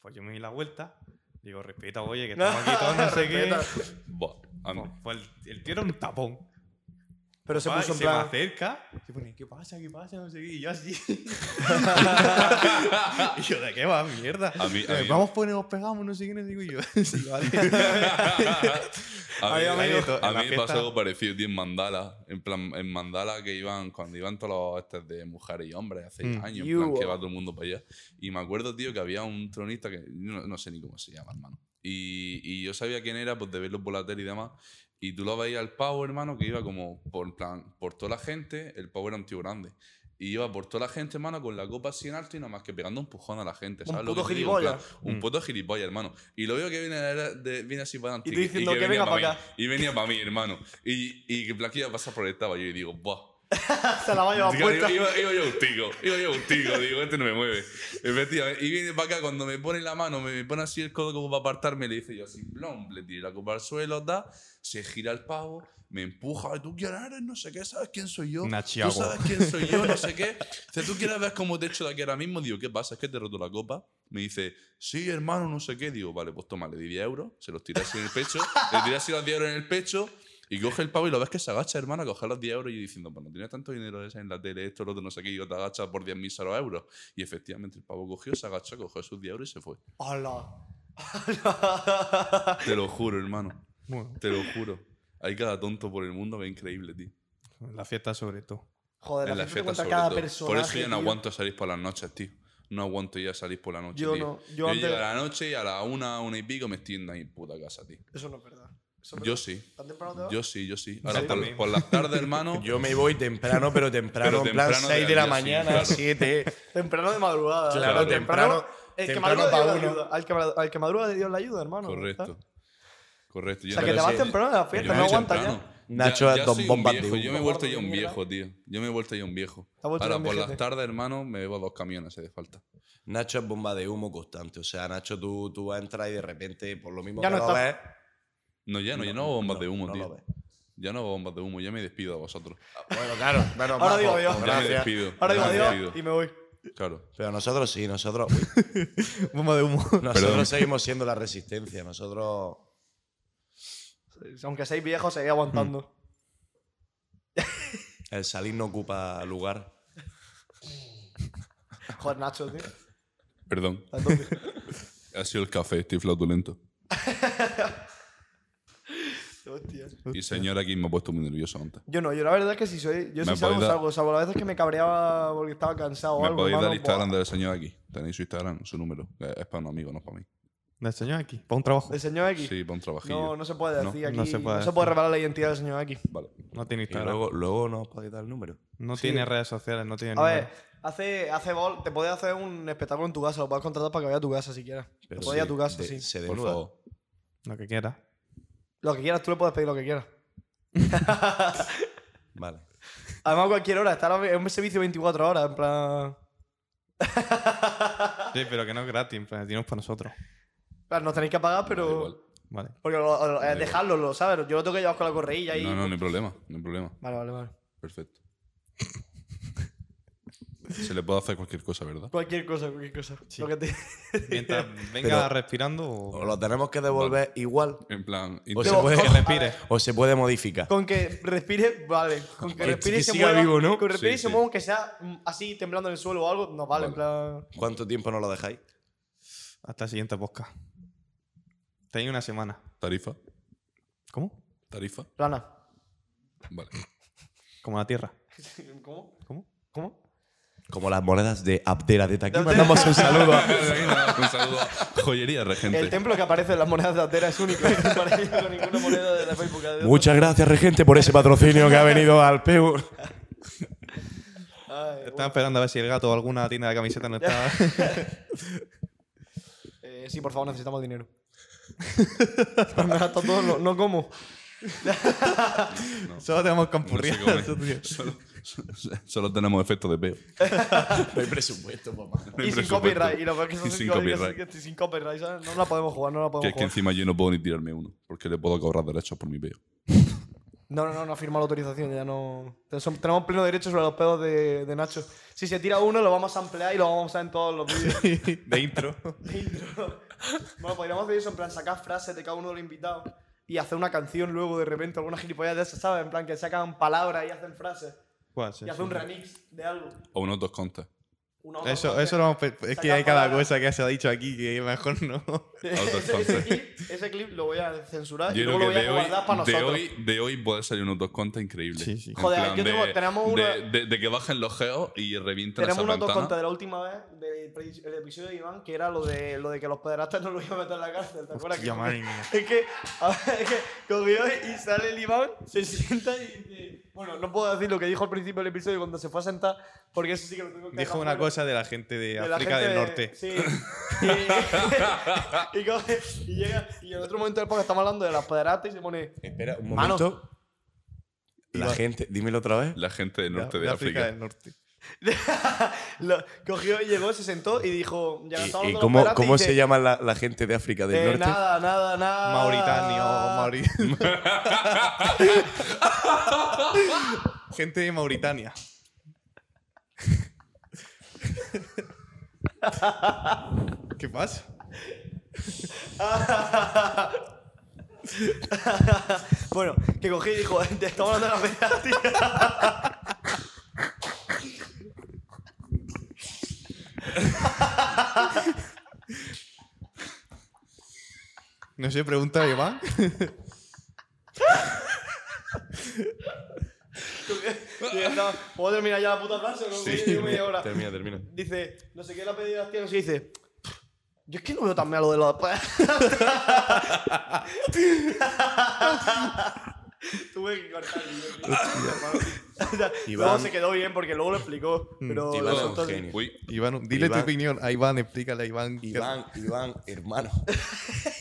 B: Pues yo me di la vuelta, digo, respeta, oye, que estamos aquí todos, no sé qué.
C: Respeta.
D: Buah, a mí-
B: Pues, pues el, el tío era un tapón.
C: Pero se
B: Va,
C: puso
B: y
C: en
B: se me
C: plan.
B: acerca, se pone, ¿qué pasa? ¿Qué pasa? No sé qué. Y yo así. y yo, ¿de qué va? Mierda.
D: A mí- a
B: Eh,
D: mí-
B: Vamos, ponemos, pegamos, no sé qué, no digo yo. sí, vale.
D: A mí,
B: Ay, amigo.
D: a
B: En la
D: mí me pasó
B: fiesta-
D: algo parecido, tío, en Mandala. En plan, en Mandala que iban, cuando iban todos los estos de mujeres y hombres hace
B: Mm.
D: años, en
C: You.
D: plan que va todo el mundo para allá. Y me acuerdo, tío, que había un tronista que no, no sé ni cómo se llama, hermano. Y, y yo sabía quién era, pues de verlo por la tele y demás. Y tú lo veías al pavo, hermano, que iba como por, en plan, por toda la gente. El pavo era un tío grande. Y iba por toda la gente, hermano, con la copa así en alto y nada más que pegando un pujón a la gente.
C: Un
D: ¿Sabes lo
C: puto
D: que te digo? En plan,
C: gilipollas.
D: Un puto gilipollas, hermano. Y lo veo que viene, de- de- viene así para adelante.
C: Y tú diciendo que
D: venía
C: venga
D: pa'
C: pa'
D: mí.
C: acá.
D: Y venía para mí, hermano. Y, y que en plan que iba a pasar por el estaba yo y digo, ¡buah!
C: Se la va a llevar
D: Digo,
C: puesta.
D: iba, iba yo un tico, iba yo un tico, digo, este no me mueve. Efectivamente, y viene para acá, cuando me pone la mano, me, me pone así el codo como para apartarme, le dice yo así, blom, le tiré la copa al suelo, da, se gira el pavo, me empuja, tú quién eres, no sé qué, ¿sabes quién soy yo?
B: Nachiago.
D: Tú sabes quién soy yo, no sé qué. Dice, tú quieres ver cómo te echo de aquí ahora mismo, digo, ¿qué pasa? Es que te he roto la copa. Me dice, sí, hermano, no sé qué. Digo, vale, pues toma, le di 10 euros, se los tiré así en el pecho, le tiré así los 10 euros en el pecho y coge el pavo y lo ves que se agacha, hermano, a coger los 10 euros y yo diciendo, bueno, tienes tanto dinero ese en la tele, esto, lo otro, no sé qué, y yo te agachas por 10.000 solo euros. Y efectivamente el pavo cogió, se agachó, cogió sus 10 euros y se fue.
C: Hola.
D: Te lo juro, hermano,
B: Bueno,
D: te lo juro. Hay cada tonto por el mundo que es increíble, tío.
B: la fiesta sobre todo.
C: Joder,
D: en
C: la
D: la
C: gente te cuenta
D: fiesta sobre
C: cada
D: todo.
C: personaje.
D: Por eso ya no
C: tío.
D: aguanto salir por las noches, tío. No aguanto ya salir por la noche,
C: Yo
D: tío.
C: no, yo
D: Yo,
C: antes-
D: llego a la noche y a la una, una y pico me extiendo ahí en puta casa, tío.
C: Eso no es verdad. Eso es
D: Yo
C: verdad.
D: sí.
C: ¿Tan temprano te vas?
D: Yo sí, yo sí. Ahora
B: Sí,
D: por,
B: también.
D: por las tardes, hermano.
E: Yo me voy temprano, pero temprano,
D: Pero
E: en plan
D: temprano
E: 6
D: del
E: de la
D: día, sí,
E: mañana,
D: claro.
E: 7.
C: Temprano de madrugada.
E: Claro,
C: hermano,
E: temprano-
C: El que
E: temprano
C: madruga
E: pa'
C: Dios le
E: uno.
C: ayuda. Al que, al que madruga de Dios la ayuda, hermano.
D: Correcto. Correcto.
C: O
D: Yo
C: sea,
D: no
C: que te
D: sé.
C: vas temprano de la
D: Yo
C: fiesta,
D: me
C: no
D: voy
C: aguantas ya.
D: temprano.
E: Nacho es don
D: soy un
E: bomba,
D: viejo,
E: tío.
D: Yo me he vuelto
C: Gordo
D: ya
C: de
D: un
C: mierda.
D: viejo, tío. Yo me he vuelto ya un viejo.
C: Te has vuelto ya
D: Ahora
C: un
D: por las
C: viejete.
D: tardes, hermano, me bebo dos camiones, se de falta.
E: Nacho es bomba de humo constante. O sea, Nacho, tú, tú vas a entrar y de repente, por lo mismo
C: Ya
E: que
C: no
E: lo
C: está.
E: ves,
D: No, ya no, ya no hago bombas de humo,
E: no lo
D: tío.
E: ves.
D: Ya no hago bombas de humo, ya me despido a vosotros.
E: Bueno, claro. Bueno,
C: Ahora digo yo.
D: Ya me
E: pues, Gracias.
D: despido.
C: Ahora digo
D: ya me
C: adiós y
D: despido.
C: me voy.
D: Claro.
E: Pero nosotros sí, nosotros. uy,
B: Bomba de humo.
E: nosotros
D: Perdón.
E: seguimos siendo la resistencia. Nosotros.
C: Aunque seáis viejos, seguís aguantando.
E: El salir no ocupa lugar.
C: Joder, Nacho, tío.
D: Perdón.
C: A tope.
D: Ha sido el café, estoy flautulento.
C: Hostia.
D: Y señor aquí me ha puesto muy nervioso antes.
C: Yo no, yo la verdad es que si soy. Yo
D: ¿Me
C: sí salgo,
D: podéis dar-
C: salgo, salvo las veces que me cabreaba porque estaba cansado o
D: Me
C: algo.
D: podéis dar
C: hermano, pues,
D: el Instagram
C: buah.
D: del señor aquí. Tenéis su Instagram, su número. Eh, Es para un amigo, no es para mí.
B: ¿La señora aquí? ¿Para un trabajo?
C: ¿Del señor X?
D: Sí, para un trabajillo.
C: no, no se puede
D: No,
C: decir aquí.
B: no se puede decir.
C: revelar la identidad del señor X.
D: Vale.
B: No tiene
E: Y
B: Instagram.
E: luego, luego no os podéis dar el número.
B: no
C: sí.
B: tiene redes sociales, no tiene
C: A ver,
B: número.
C: hace, hace bol, te puedes hacer un espectáculo en tu casa, lo puedes contratar para que vaya a tu casa si quieres. Te puedes ir a tu casa,
E: de-
C: sí.
E: Se
D: Por
E: desnuda.
D: favor.
B: Lo que quiera.
C: Lo que quieras, tú le puedes pedir lo que quieras.
E: Vale.
C: Además, a cualquier hora, está en un servicio 24 horas, en plan.
B: Sí, pero que no es gratis, en plan, el dinero es para nosotros.
C: Claro, nos tenéis que pagar,
D: Da
C: pero.
D: igual.
B: Vale.
C: Porque lo- lo- eh, dejadlo, lo, ¿sabes? Yo lo tengo que llevar con la correilla y.
D: No, no, no hay problema. No hay problema.
C: Vale, vale, vale.
D: Perfecto. Se le puede hacer cualquier cosa, ¿verdad?
C: Cualquier cosa, cualquier cosa.
B: Sí.
C: Lo que te-
B: Mientras venga
E: Pero-
B: respirando o,
E: O lo tenemos que devolver igual.
D: En plan,
E: O
D: inter-
E: se,
C: Debo-
E: puede,
B: que respire.
E: o se puede modificar.
C: Con que respire, vale. Con que
E: Que-
C: respire y
E: que
C: se
E: siga
C: mueva.
E: vivo, ¿no?
C: Con que respire
D: Sí,
C: y se
D: sí.
C: mueva, aunque sea mm, así temblando en el suelo o algo, nos vale, en plan.
E: ¿Cuánto tiempo no lo dejáis?
B: hasta el siguiente podcast. Tenéis una semana.
D: tarifa.
B: ¿Cómo?
D: Tarifa.
C: Plana.
D: Vale.
B: Como la tierra.
C: ¿Cómo?
B: ¿Cómo?
C: ¿Cómo?
E: Como las monedas de Abdera de Taquí.
C: De Abdera.
E: Mandamos un saludo.
D: Un saludo a Joyería
C: El
D: Regente.
C: templo que aparece en las monedas de Atera es único. No parece con ninguna moneda de la Facebook. de otra.
E: Muchas gracias, regente, por ese patrocinio que ha venido al PEU.
C: Ay,
B: Estaba
C: bueno.
B: esperando a ver si el gato o alguna tienda de camisetas no estaba.
C: Eh, sí, por favor, necesitamos dinero. Me gasto todo, no, no como.
B: Solo tenemos
D: No sé
B: campurrias.
D: cómo es. solo, solo- solo tenemos efectos de peo.
E: No hay presupuesto, papá.
D: No hay
C: Y sin
D: presupuesto.
C: copyright. Y lo peor que son
D: Y sin
C: cinco días
D: copyright.
C: que- sin copyright, ¿sabes? No la podemos jugar, no la
D: Que
C: podemos
D: es que
C: jugar.
D: encima yo no puedo ni tirarme uno, porque le puedo cobrar derechos por mi peo.
C: No, no, no, no ha firmado la autorización, ya no. Te- son- tenemos pleno derecho sobre los pedos de, de Nacho. Si se tira uno, lo vamos a ampliar y lo vamos a usar en todos los vídeos.
B: de intro.
C: Intro. bueno, podríamos hacer eso, en plan, sacar frases de cada uno de los invitados y hacer una canción luego de repente, alguna gilipollas de esas, ¿sabes? En plan, que sacan palabras y hacen frases
B: Puede ser,
C: y hacen un
B: sí.
C: remix de algo.
D: O unos dos contas.
C: Una otra
B: Eso,
C: cosa.
B: eso lo hemos pe- Es que
C: Saca
B: hay cada
C: palabras.
B: cosa que se ha dicho aquí que mejor no.
C: ese, ese
D: Autoconcept.
C: clip, ese clip lo voy a censurar y
D: Yo
C: luego Ah,
D: creo
C: lo voy a
D: que de hoy,
C: guardar para
D: de,
C: nosotros.
D: hoy, de hoy puede salir unos dos contas increíbles.
B: Sí, sí.
D: En
C: Joder, yo tengo- tenemos uno-
D: de, de- de que bajen los geos y revienten
C: Tenemos
D: esas
C: unos dos
D: ventanas.
C: contas de la última vez del pre- el episodio de Iván, que era lo de, lo de que los pederastas no lo iban a meter en la cárcel, ¿te acuerdas?
B: Hostia,
C: que,
B: madre mía.
C: Es que, a ver, es que cogió y sale el Iván, se sienta y dice... Bueno, no puedo decir lo que dijo al principio del episodio cuando se fue a sentar, porque eso sí que lo tengo que
B: Dijo
C: dejar
B: una
C: fuera.
B: cosa de la gente de,
C: De la
B: África
C: gente
B: del
C: de-
B: Norte.
C: Sí. Y, y coge- y llega... Y en otro momento del podcast estamos hablando de las pederastas y se pone...
E: Espera, un
C: Mano.
E: momento. La
B: Iba-
E: gente, dímelo otra vez.
D: La gente del norte de, África.
C: eh.
B: del Norte.
C: Lo- cogió y llegó, se sentó y dijo. ya
E: ¿Y,
C: estaba
E: y
C: dando
E: cómo,
C: los perates,
E: cómo
C: dice,
E: se llama la, la gente de África del
C: "Eh,
E: Norte?
C: Nada, nada, nada.
B: Mauritania oh, o Mauritania. Gente de Mauritania. ¿Qué pasa?
C: Bueno, que cogí y dijo, te estamos dando la pena, tío.
B: No sé, pregunta a Iván.
C: Y estaba, ¿Puedo terminar ya la puta frase o no?
E: Sí,
C: Llevo media hora.
E: termina, termina.
C: Dice, no sé qué le ha pedido a las tías, no sé, y dice, yo es que no veo tan mal lo de los Tuve que cortar el video. luego
E: Iván- Mm.
C: se quedó bien porque luego lo explicó. Pero
E: Iván
C: lo
E: es un
C: soltó así.
E: genio.
D: Uy,
B: Iván, dile
E: Iván.
B: tu opinión a Iván, explícale a Iván. que-
E: Iván, Iván, hermano.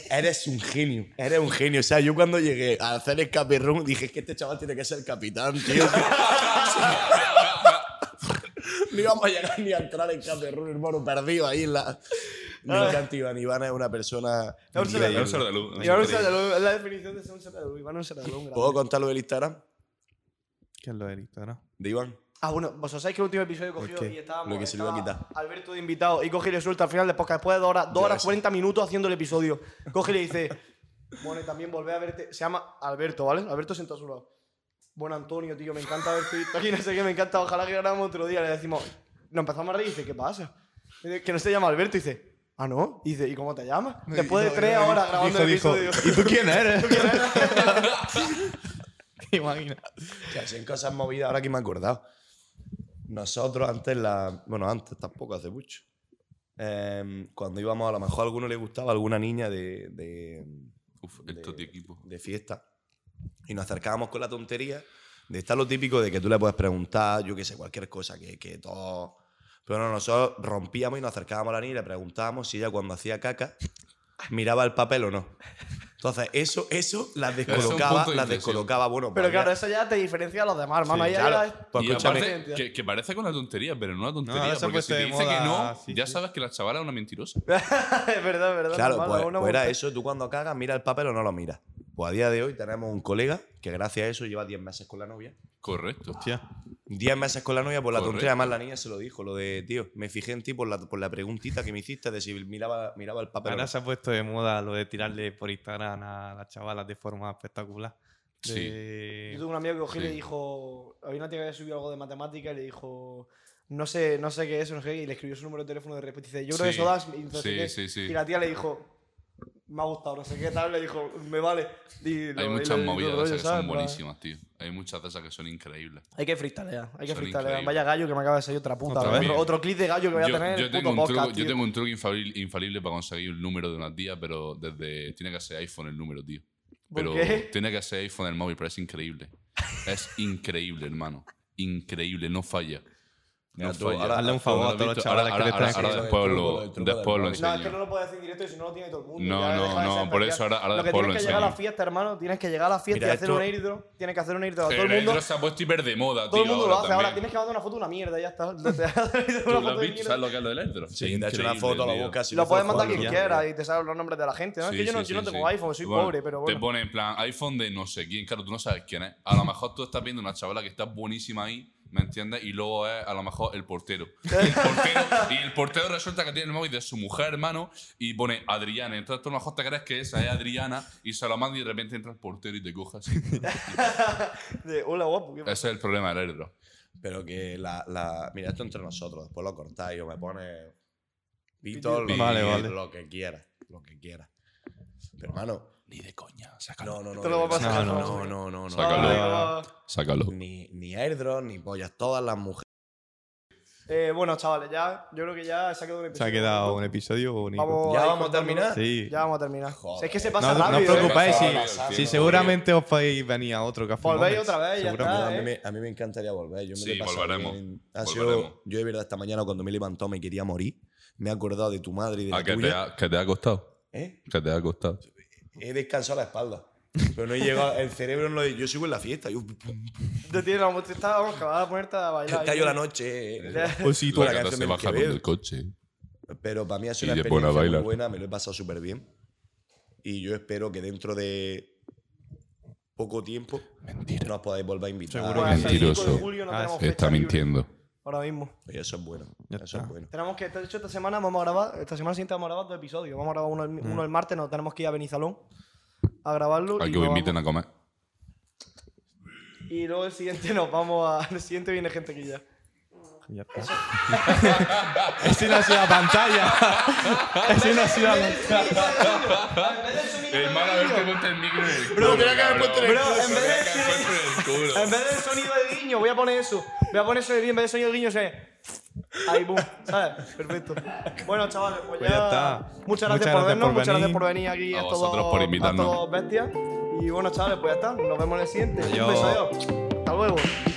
E: Eres un genio. Eres un genio. O sea, yo cuando llegué a hacer el caperrón dije "Es que este chaval tiene que ser capitán, tío. no íbamos a llegar ni a entrar en caperrón, hermano, perdido ahí en la. Me encanta Iván. Iván es una persona.
C: Es un
E: increíble.
D: un ser de luz.
C: Iván un Serrador, es la definición de ser un Serrador. Iván un Serrador, un grande.
E: ¿Puedo contar lo del Instagram?
B: Que es lo del Instagram.
E: De Iván.
C: Ah, bueno, vosotros sabéis que el último episodio cogió
B: Ok,
C: y estábamos.
E: lo que se le iba a
C: estaba
E: quitar.
C: Alberto de invitado y coge y le suelta al final del podcast después de dos horas, dos
E: Ya
C: horas
E: ves.
C: 40 minutos haciendo el episodio. Coge y le dice: Bueno, y también volvé a verte. Se llama Alberto, ¿vale? Alberto sentado a su lado. Bueno, Antonio, tío, me encanta verte visto aquí, no sé qué, me encanta. Ojalá que grabamos otro día. Le decimos: Nos empezamos a reír y dice: ¿Qué pasa? Y dice, Que no se llama Alberto. Y dice: Ah, no. Y dice: ¿Y cómo te llamas? Después de
B: No,
C: tres
B: no,
C: horas
B: dijo-
C: grabando el
B: dijo,
C: episodio.
B: ¿Y tú quién eres? Imagina.
E: Que hacen cosas movidas ahora que me he acordado. Nosotros antes, la, bueno, antes tampoco, hace mucho. Em, cuando íbamos, a lo mejor a alguno le gustaba alguna niña de, de,
D: Uf, esto de equipo.
E: de fiesta. Y nos acercábamos con la tontería de estar lo típico de que tú le puedes preguntar, yo qué sé, cualquier cosa, que, que todo. Pero no, nosotros rompíamos y nos acercábamos a la niña y le preguntábamos si ella cuando hacía caca miraba el papel o no. Entonces, eso, eso las descolocaba,
D: punto de
E: las
D: inflexión.
E: descolocaba. Bueno,
C: Pero
E: pues,
C: claro, eso ya te diferencia a los demás, hermano. Ahí ya
E: claro.
C: era-
E: Pues
D: y
E: escúchame.
D: aparte, que, que parece con la tontería, pero no una
B: No,
D: tontería.
B: ahora se ha
D: porque si
B: puesto
D: te
B: de
D: dice que
B: moda,
D: no,
B: sí,
D: ya
B: sí.
D: sabes que la chavala es una mentirosa.
C: es verdad, es verdad.
E: Claro,
C: normal,
E: pues,
C: una
E: pues era
C: monta-
E: eso, tú cuando cagas, mira el papel o no lo miras. Pues a día de hoy tenemos un colega que gracias a eso lleva 10 meses con la novia.
D: Correcto.
B: Hostia.
E: 10 meses con la novia por la
D: Correcto.
E: tontería, además la niña se lo dijo, lo de, tío, me fijé en ti por la, por la preguntita que me hiciste de si miraba, miraba el papel. o
B: Ahora
E: no".
B: se ha puesto de moda lo de tirarle por Instagram a las chavalas de forma espectacular.
D: Sí.
B: De-
C: Yo tuve un amigo que cogió y le
D: Sí.
C: dijo. Había una tía que había subido algo de matemática y le dijo. No sé, no sé qué es, no sé qué. Y le escribió su número de teléfono de respuesta. Y dice, yo creo
D: Sí.
C: que eso das. Y, no sé
D: Sí,
C: qué.
D: sí, sí.
C: y la tía le dijo. Me ha gustado, no sé qué tal. Le dijo, me vale. Y lo-
D: Hay
C: y
D: muchas
C: lo- y lo-
D: movidas
C: lo-
D: de esas que
C: ¿sabes?
D: son
C: Pero,
D: buenísimas, tío. Hay muchas de esas que son increíbles.
C: Hay que freestylear, hay que
D: Son
C: freestylear.
D: increíbles.
C: Vaya gallo que me acaba de salir otra puta.
B: Otra
C: otro-
B: vez.
C: otro, clip de gallo que voy a
D: Yo,
C: tener. en
D: yo
C: el
D: tengo,
C: puto
D: un truco,
C: podcast,
D: yo
C: tío.
D: tengo un truco infalible, infalible para conseguir un número de una tía, pero desde. Tiene que ser iPhone el número, tío.
C: ¿Por
D: Pero
C: qué?
D: tiene que ser iPhone el móvil, pero es increíble. Es increíble, hermano. Increíble, no falla. No
E: Ya, tú,
D: falla.
E: ahora-
B: Hazle un favor a todos los
D: Ahora-
B: chavales que
D: ahora-
B: le
D: ahora-
B: están
D: ahora
E: escribiendo
D: después
E: el truco
D: lo-
E: del truco del
D: después lo
C: No,
E: móvil.
C: es que no
D: enseño.
C: lo puedes decir en directo y si no lo tiene todo el mundo.
D: No,
C: ya deja
D: no,
C: de ser
D: no, por
C: especial.
D: eso ahora-
C: Lo
D: ahora
C: que
D: después
C: tienes que
D: lo
C: llegar a la
D: enseño.
C: fiesta, hermano. Tienes que llegar a la fiesta
E: Mira,
C: y hacer
E: esto-
C: un airdrop. Tienes que hacer un airdrop a todo
D: El
C: el mundo.
D: retro se ha puesto hiper de moda, tío.
C: Todo el mundo lo hace ahora.
D: también.
C: Tienes que mandar una foto de una mierda, ya está. Te has mandado una foto
D: ¿Tú lo has
C: de
D: visto? ¿Sabes
C: mierda.
D: lo que es lo del airdrop?
E: Sí, te ha hecho una
D: Increíble,
E: foto, lo
D: tío.
E: buscas y
C: Lo puedes mandar
E: Juan,
C: quien
E: ya.
C: quiera y te salen los nombres de la gente. ¿no? Es que
D: Sí,
C: yo no,
D: sí,
C: yo no
D: sí,
C: tengo
D: sí.
C: iPhone, soy
D: Bueno,
C: pobre, pero
D: Te
C: bueno.
D: pone en plan iPhone de no sé quién, claro, tú no sabes quién es. A lo mejor tú estás viendo una chavala que está buenísima ahí, ¿me entiendes? Y luego es a lo mejor el portero. Y el portero, y el portero resulta que tiene el móvil de su mujer, hermano, y pone Adriana. Entonces tú a lo mejor te crees que esa es Adriana y se lo manda y de repente entra el portero y te coge así.
C: De, Hola, guapo. ¿qué
D: Ese
C: pasa?
D: es el problema del airdrop.
E: Pero que la, la... Mira, esto entre nosotros, después lo cortáis o me pone... Víctor, lo,
B: Vale,
E: que-
B: vale.
E: lo que quiera, lo que quiera. Pero hermano,
D: Ni de coña, sácalo.
E: no, no, no.
C: Esto lo va a
E: de verdad,
B: pasar,
E: No, no,
B: no,
E: no, no.
C: Ay,
E: no.
D: Sácalo.
C: va.
D: Sácalo.
E: Ni, ni airdrop, ni pollas, todas las mujeres.
C: Eh, Bueno, chavales, ya. Yo creo que ya se ha quedado un
B: Se
C: episodio.
B: ha quedado un episodio bonito.
C: Vamos
E: ¿Ya
C: ahí
E: vamos a
C: cortándolo.
E: terminar?
B: Sí.
C: Ya vamos a terminar.
E: Joder.
C: Si es que se
E: No
C: pasa
B: no, no os
C: rápido. ¿eh?
B: preocupéis,
D: Pasa
B: si,
D: rápido,
B: si
D: tío.
B: seguramente os podéis venir a otro café.
C: Volvéis
B: Moment,
C: otra vez y ya está,
B: seguramente.
E: A mí,
C: ¿eh?
E: me- a mí me encantaría volver. Yo me
D: Sí,
E: lo he pasado
D: volveremos,
E: bien. Ha
D: volveremos.
E: sido, yo de verdad esta mañana cuando me he levantado me quería morir. Me he acordado de tu madre y de
D: Ah,
E: la
D: que te
E: tuya.
D: ha, que te ha costado.
E: ¿Eh?
D: Que te ha costado.
E: He descansado la espalda. Pero no he llegado, el cerebro no lo Yo sigo en la fiesta, yo pum, pum,
C: Te tiene la muestra, está, vamos, que vas a ponerte a bailar.
E: cayó la noche. eh,
C: Pues
B: Osito.
D: La
E: la
D: gata
E: canción
D: se
E: del
D: bajaron
E: Quevedo.
D: del coche.
E: Pero para mí ha
D: Y
E: sido una
D: te pone a
E: experiencia muy
D: bailar.
E: buena, me lo he pasado súper bien. Y yo espero que dentro de poco tiempo nos podáis volver a invitar.
B: Seguro
C: Pues hasta el 5 de
D: Mentiroso.
C: julio no
B: Ah,
C: tenemos
B: sí.
C: fecha
D: Está
C: libre
D: mintiendo.
C: Ahora mismo.
E: Y eso es bueno.
B: Ya
E: Eso
B: está.
E: es bueno.
C: Tenemos que, de hecho, esta semana vamos a grabar, esta semana siguiente vamos a grabar dos episodios. Vamos a grabar uno el,
D: Mm.
C: uno el martes, nos tenemos que ir a Benizalón a grabarlo.
D: Al
C: y
D: que os
C: nos
D: inviten a comer.
C: vamos- Y luego el siguiente nos vamos a. El siguiente viene gente que ya.
B: Ya está. Ese no ha sido la pantalla. Ese no ha sido la pantalla.
D: Hermano, a ver que ponte el micro en el culo.
E: Bro, tenía que haber puesto en el
C: Bro,
E: culo,
C: en
E: bro.
C: vez de-
D: Tenía que haber puesto en el culo.
C: En vez del sonido del guiño, voy a poner eso. Voy a poner eso de guiño, en vez del sonido del guiño, se. Ahí, boom, ¿sabes? Perfecto. Bueno, chavales, pues ya.
B: Pues ya está.
C: Muchas gracias por vernos, muchas gracias por venir aquí
D: A
C: a, estos
D: vosotros
C: dos-
D: por invitarnos.
C: a estos dos bestias. Y bueno, chavales, pues ya está. Nos vemos en el siguiente. Un
B: Adiós.
C: beso, adiós. Hasta luego.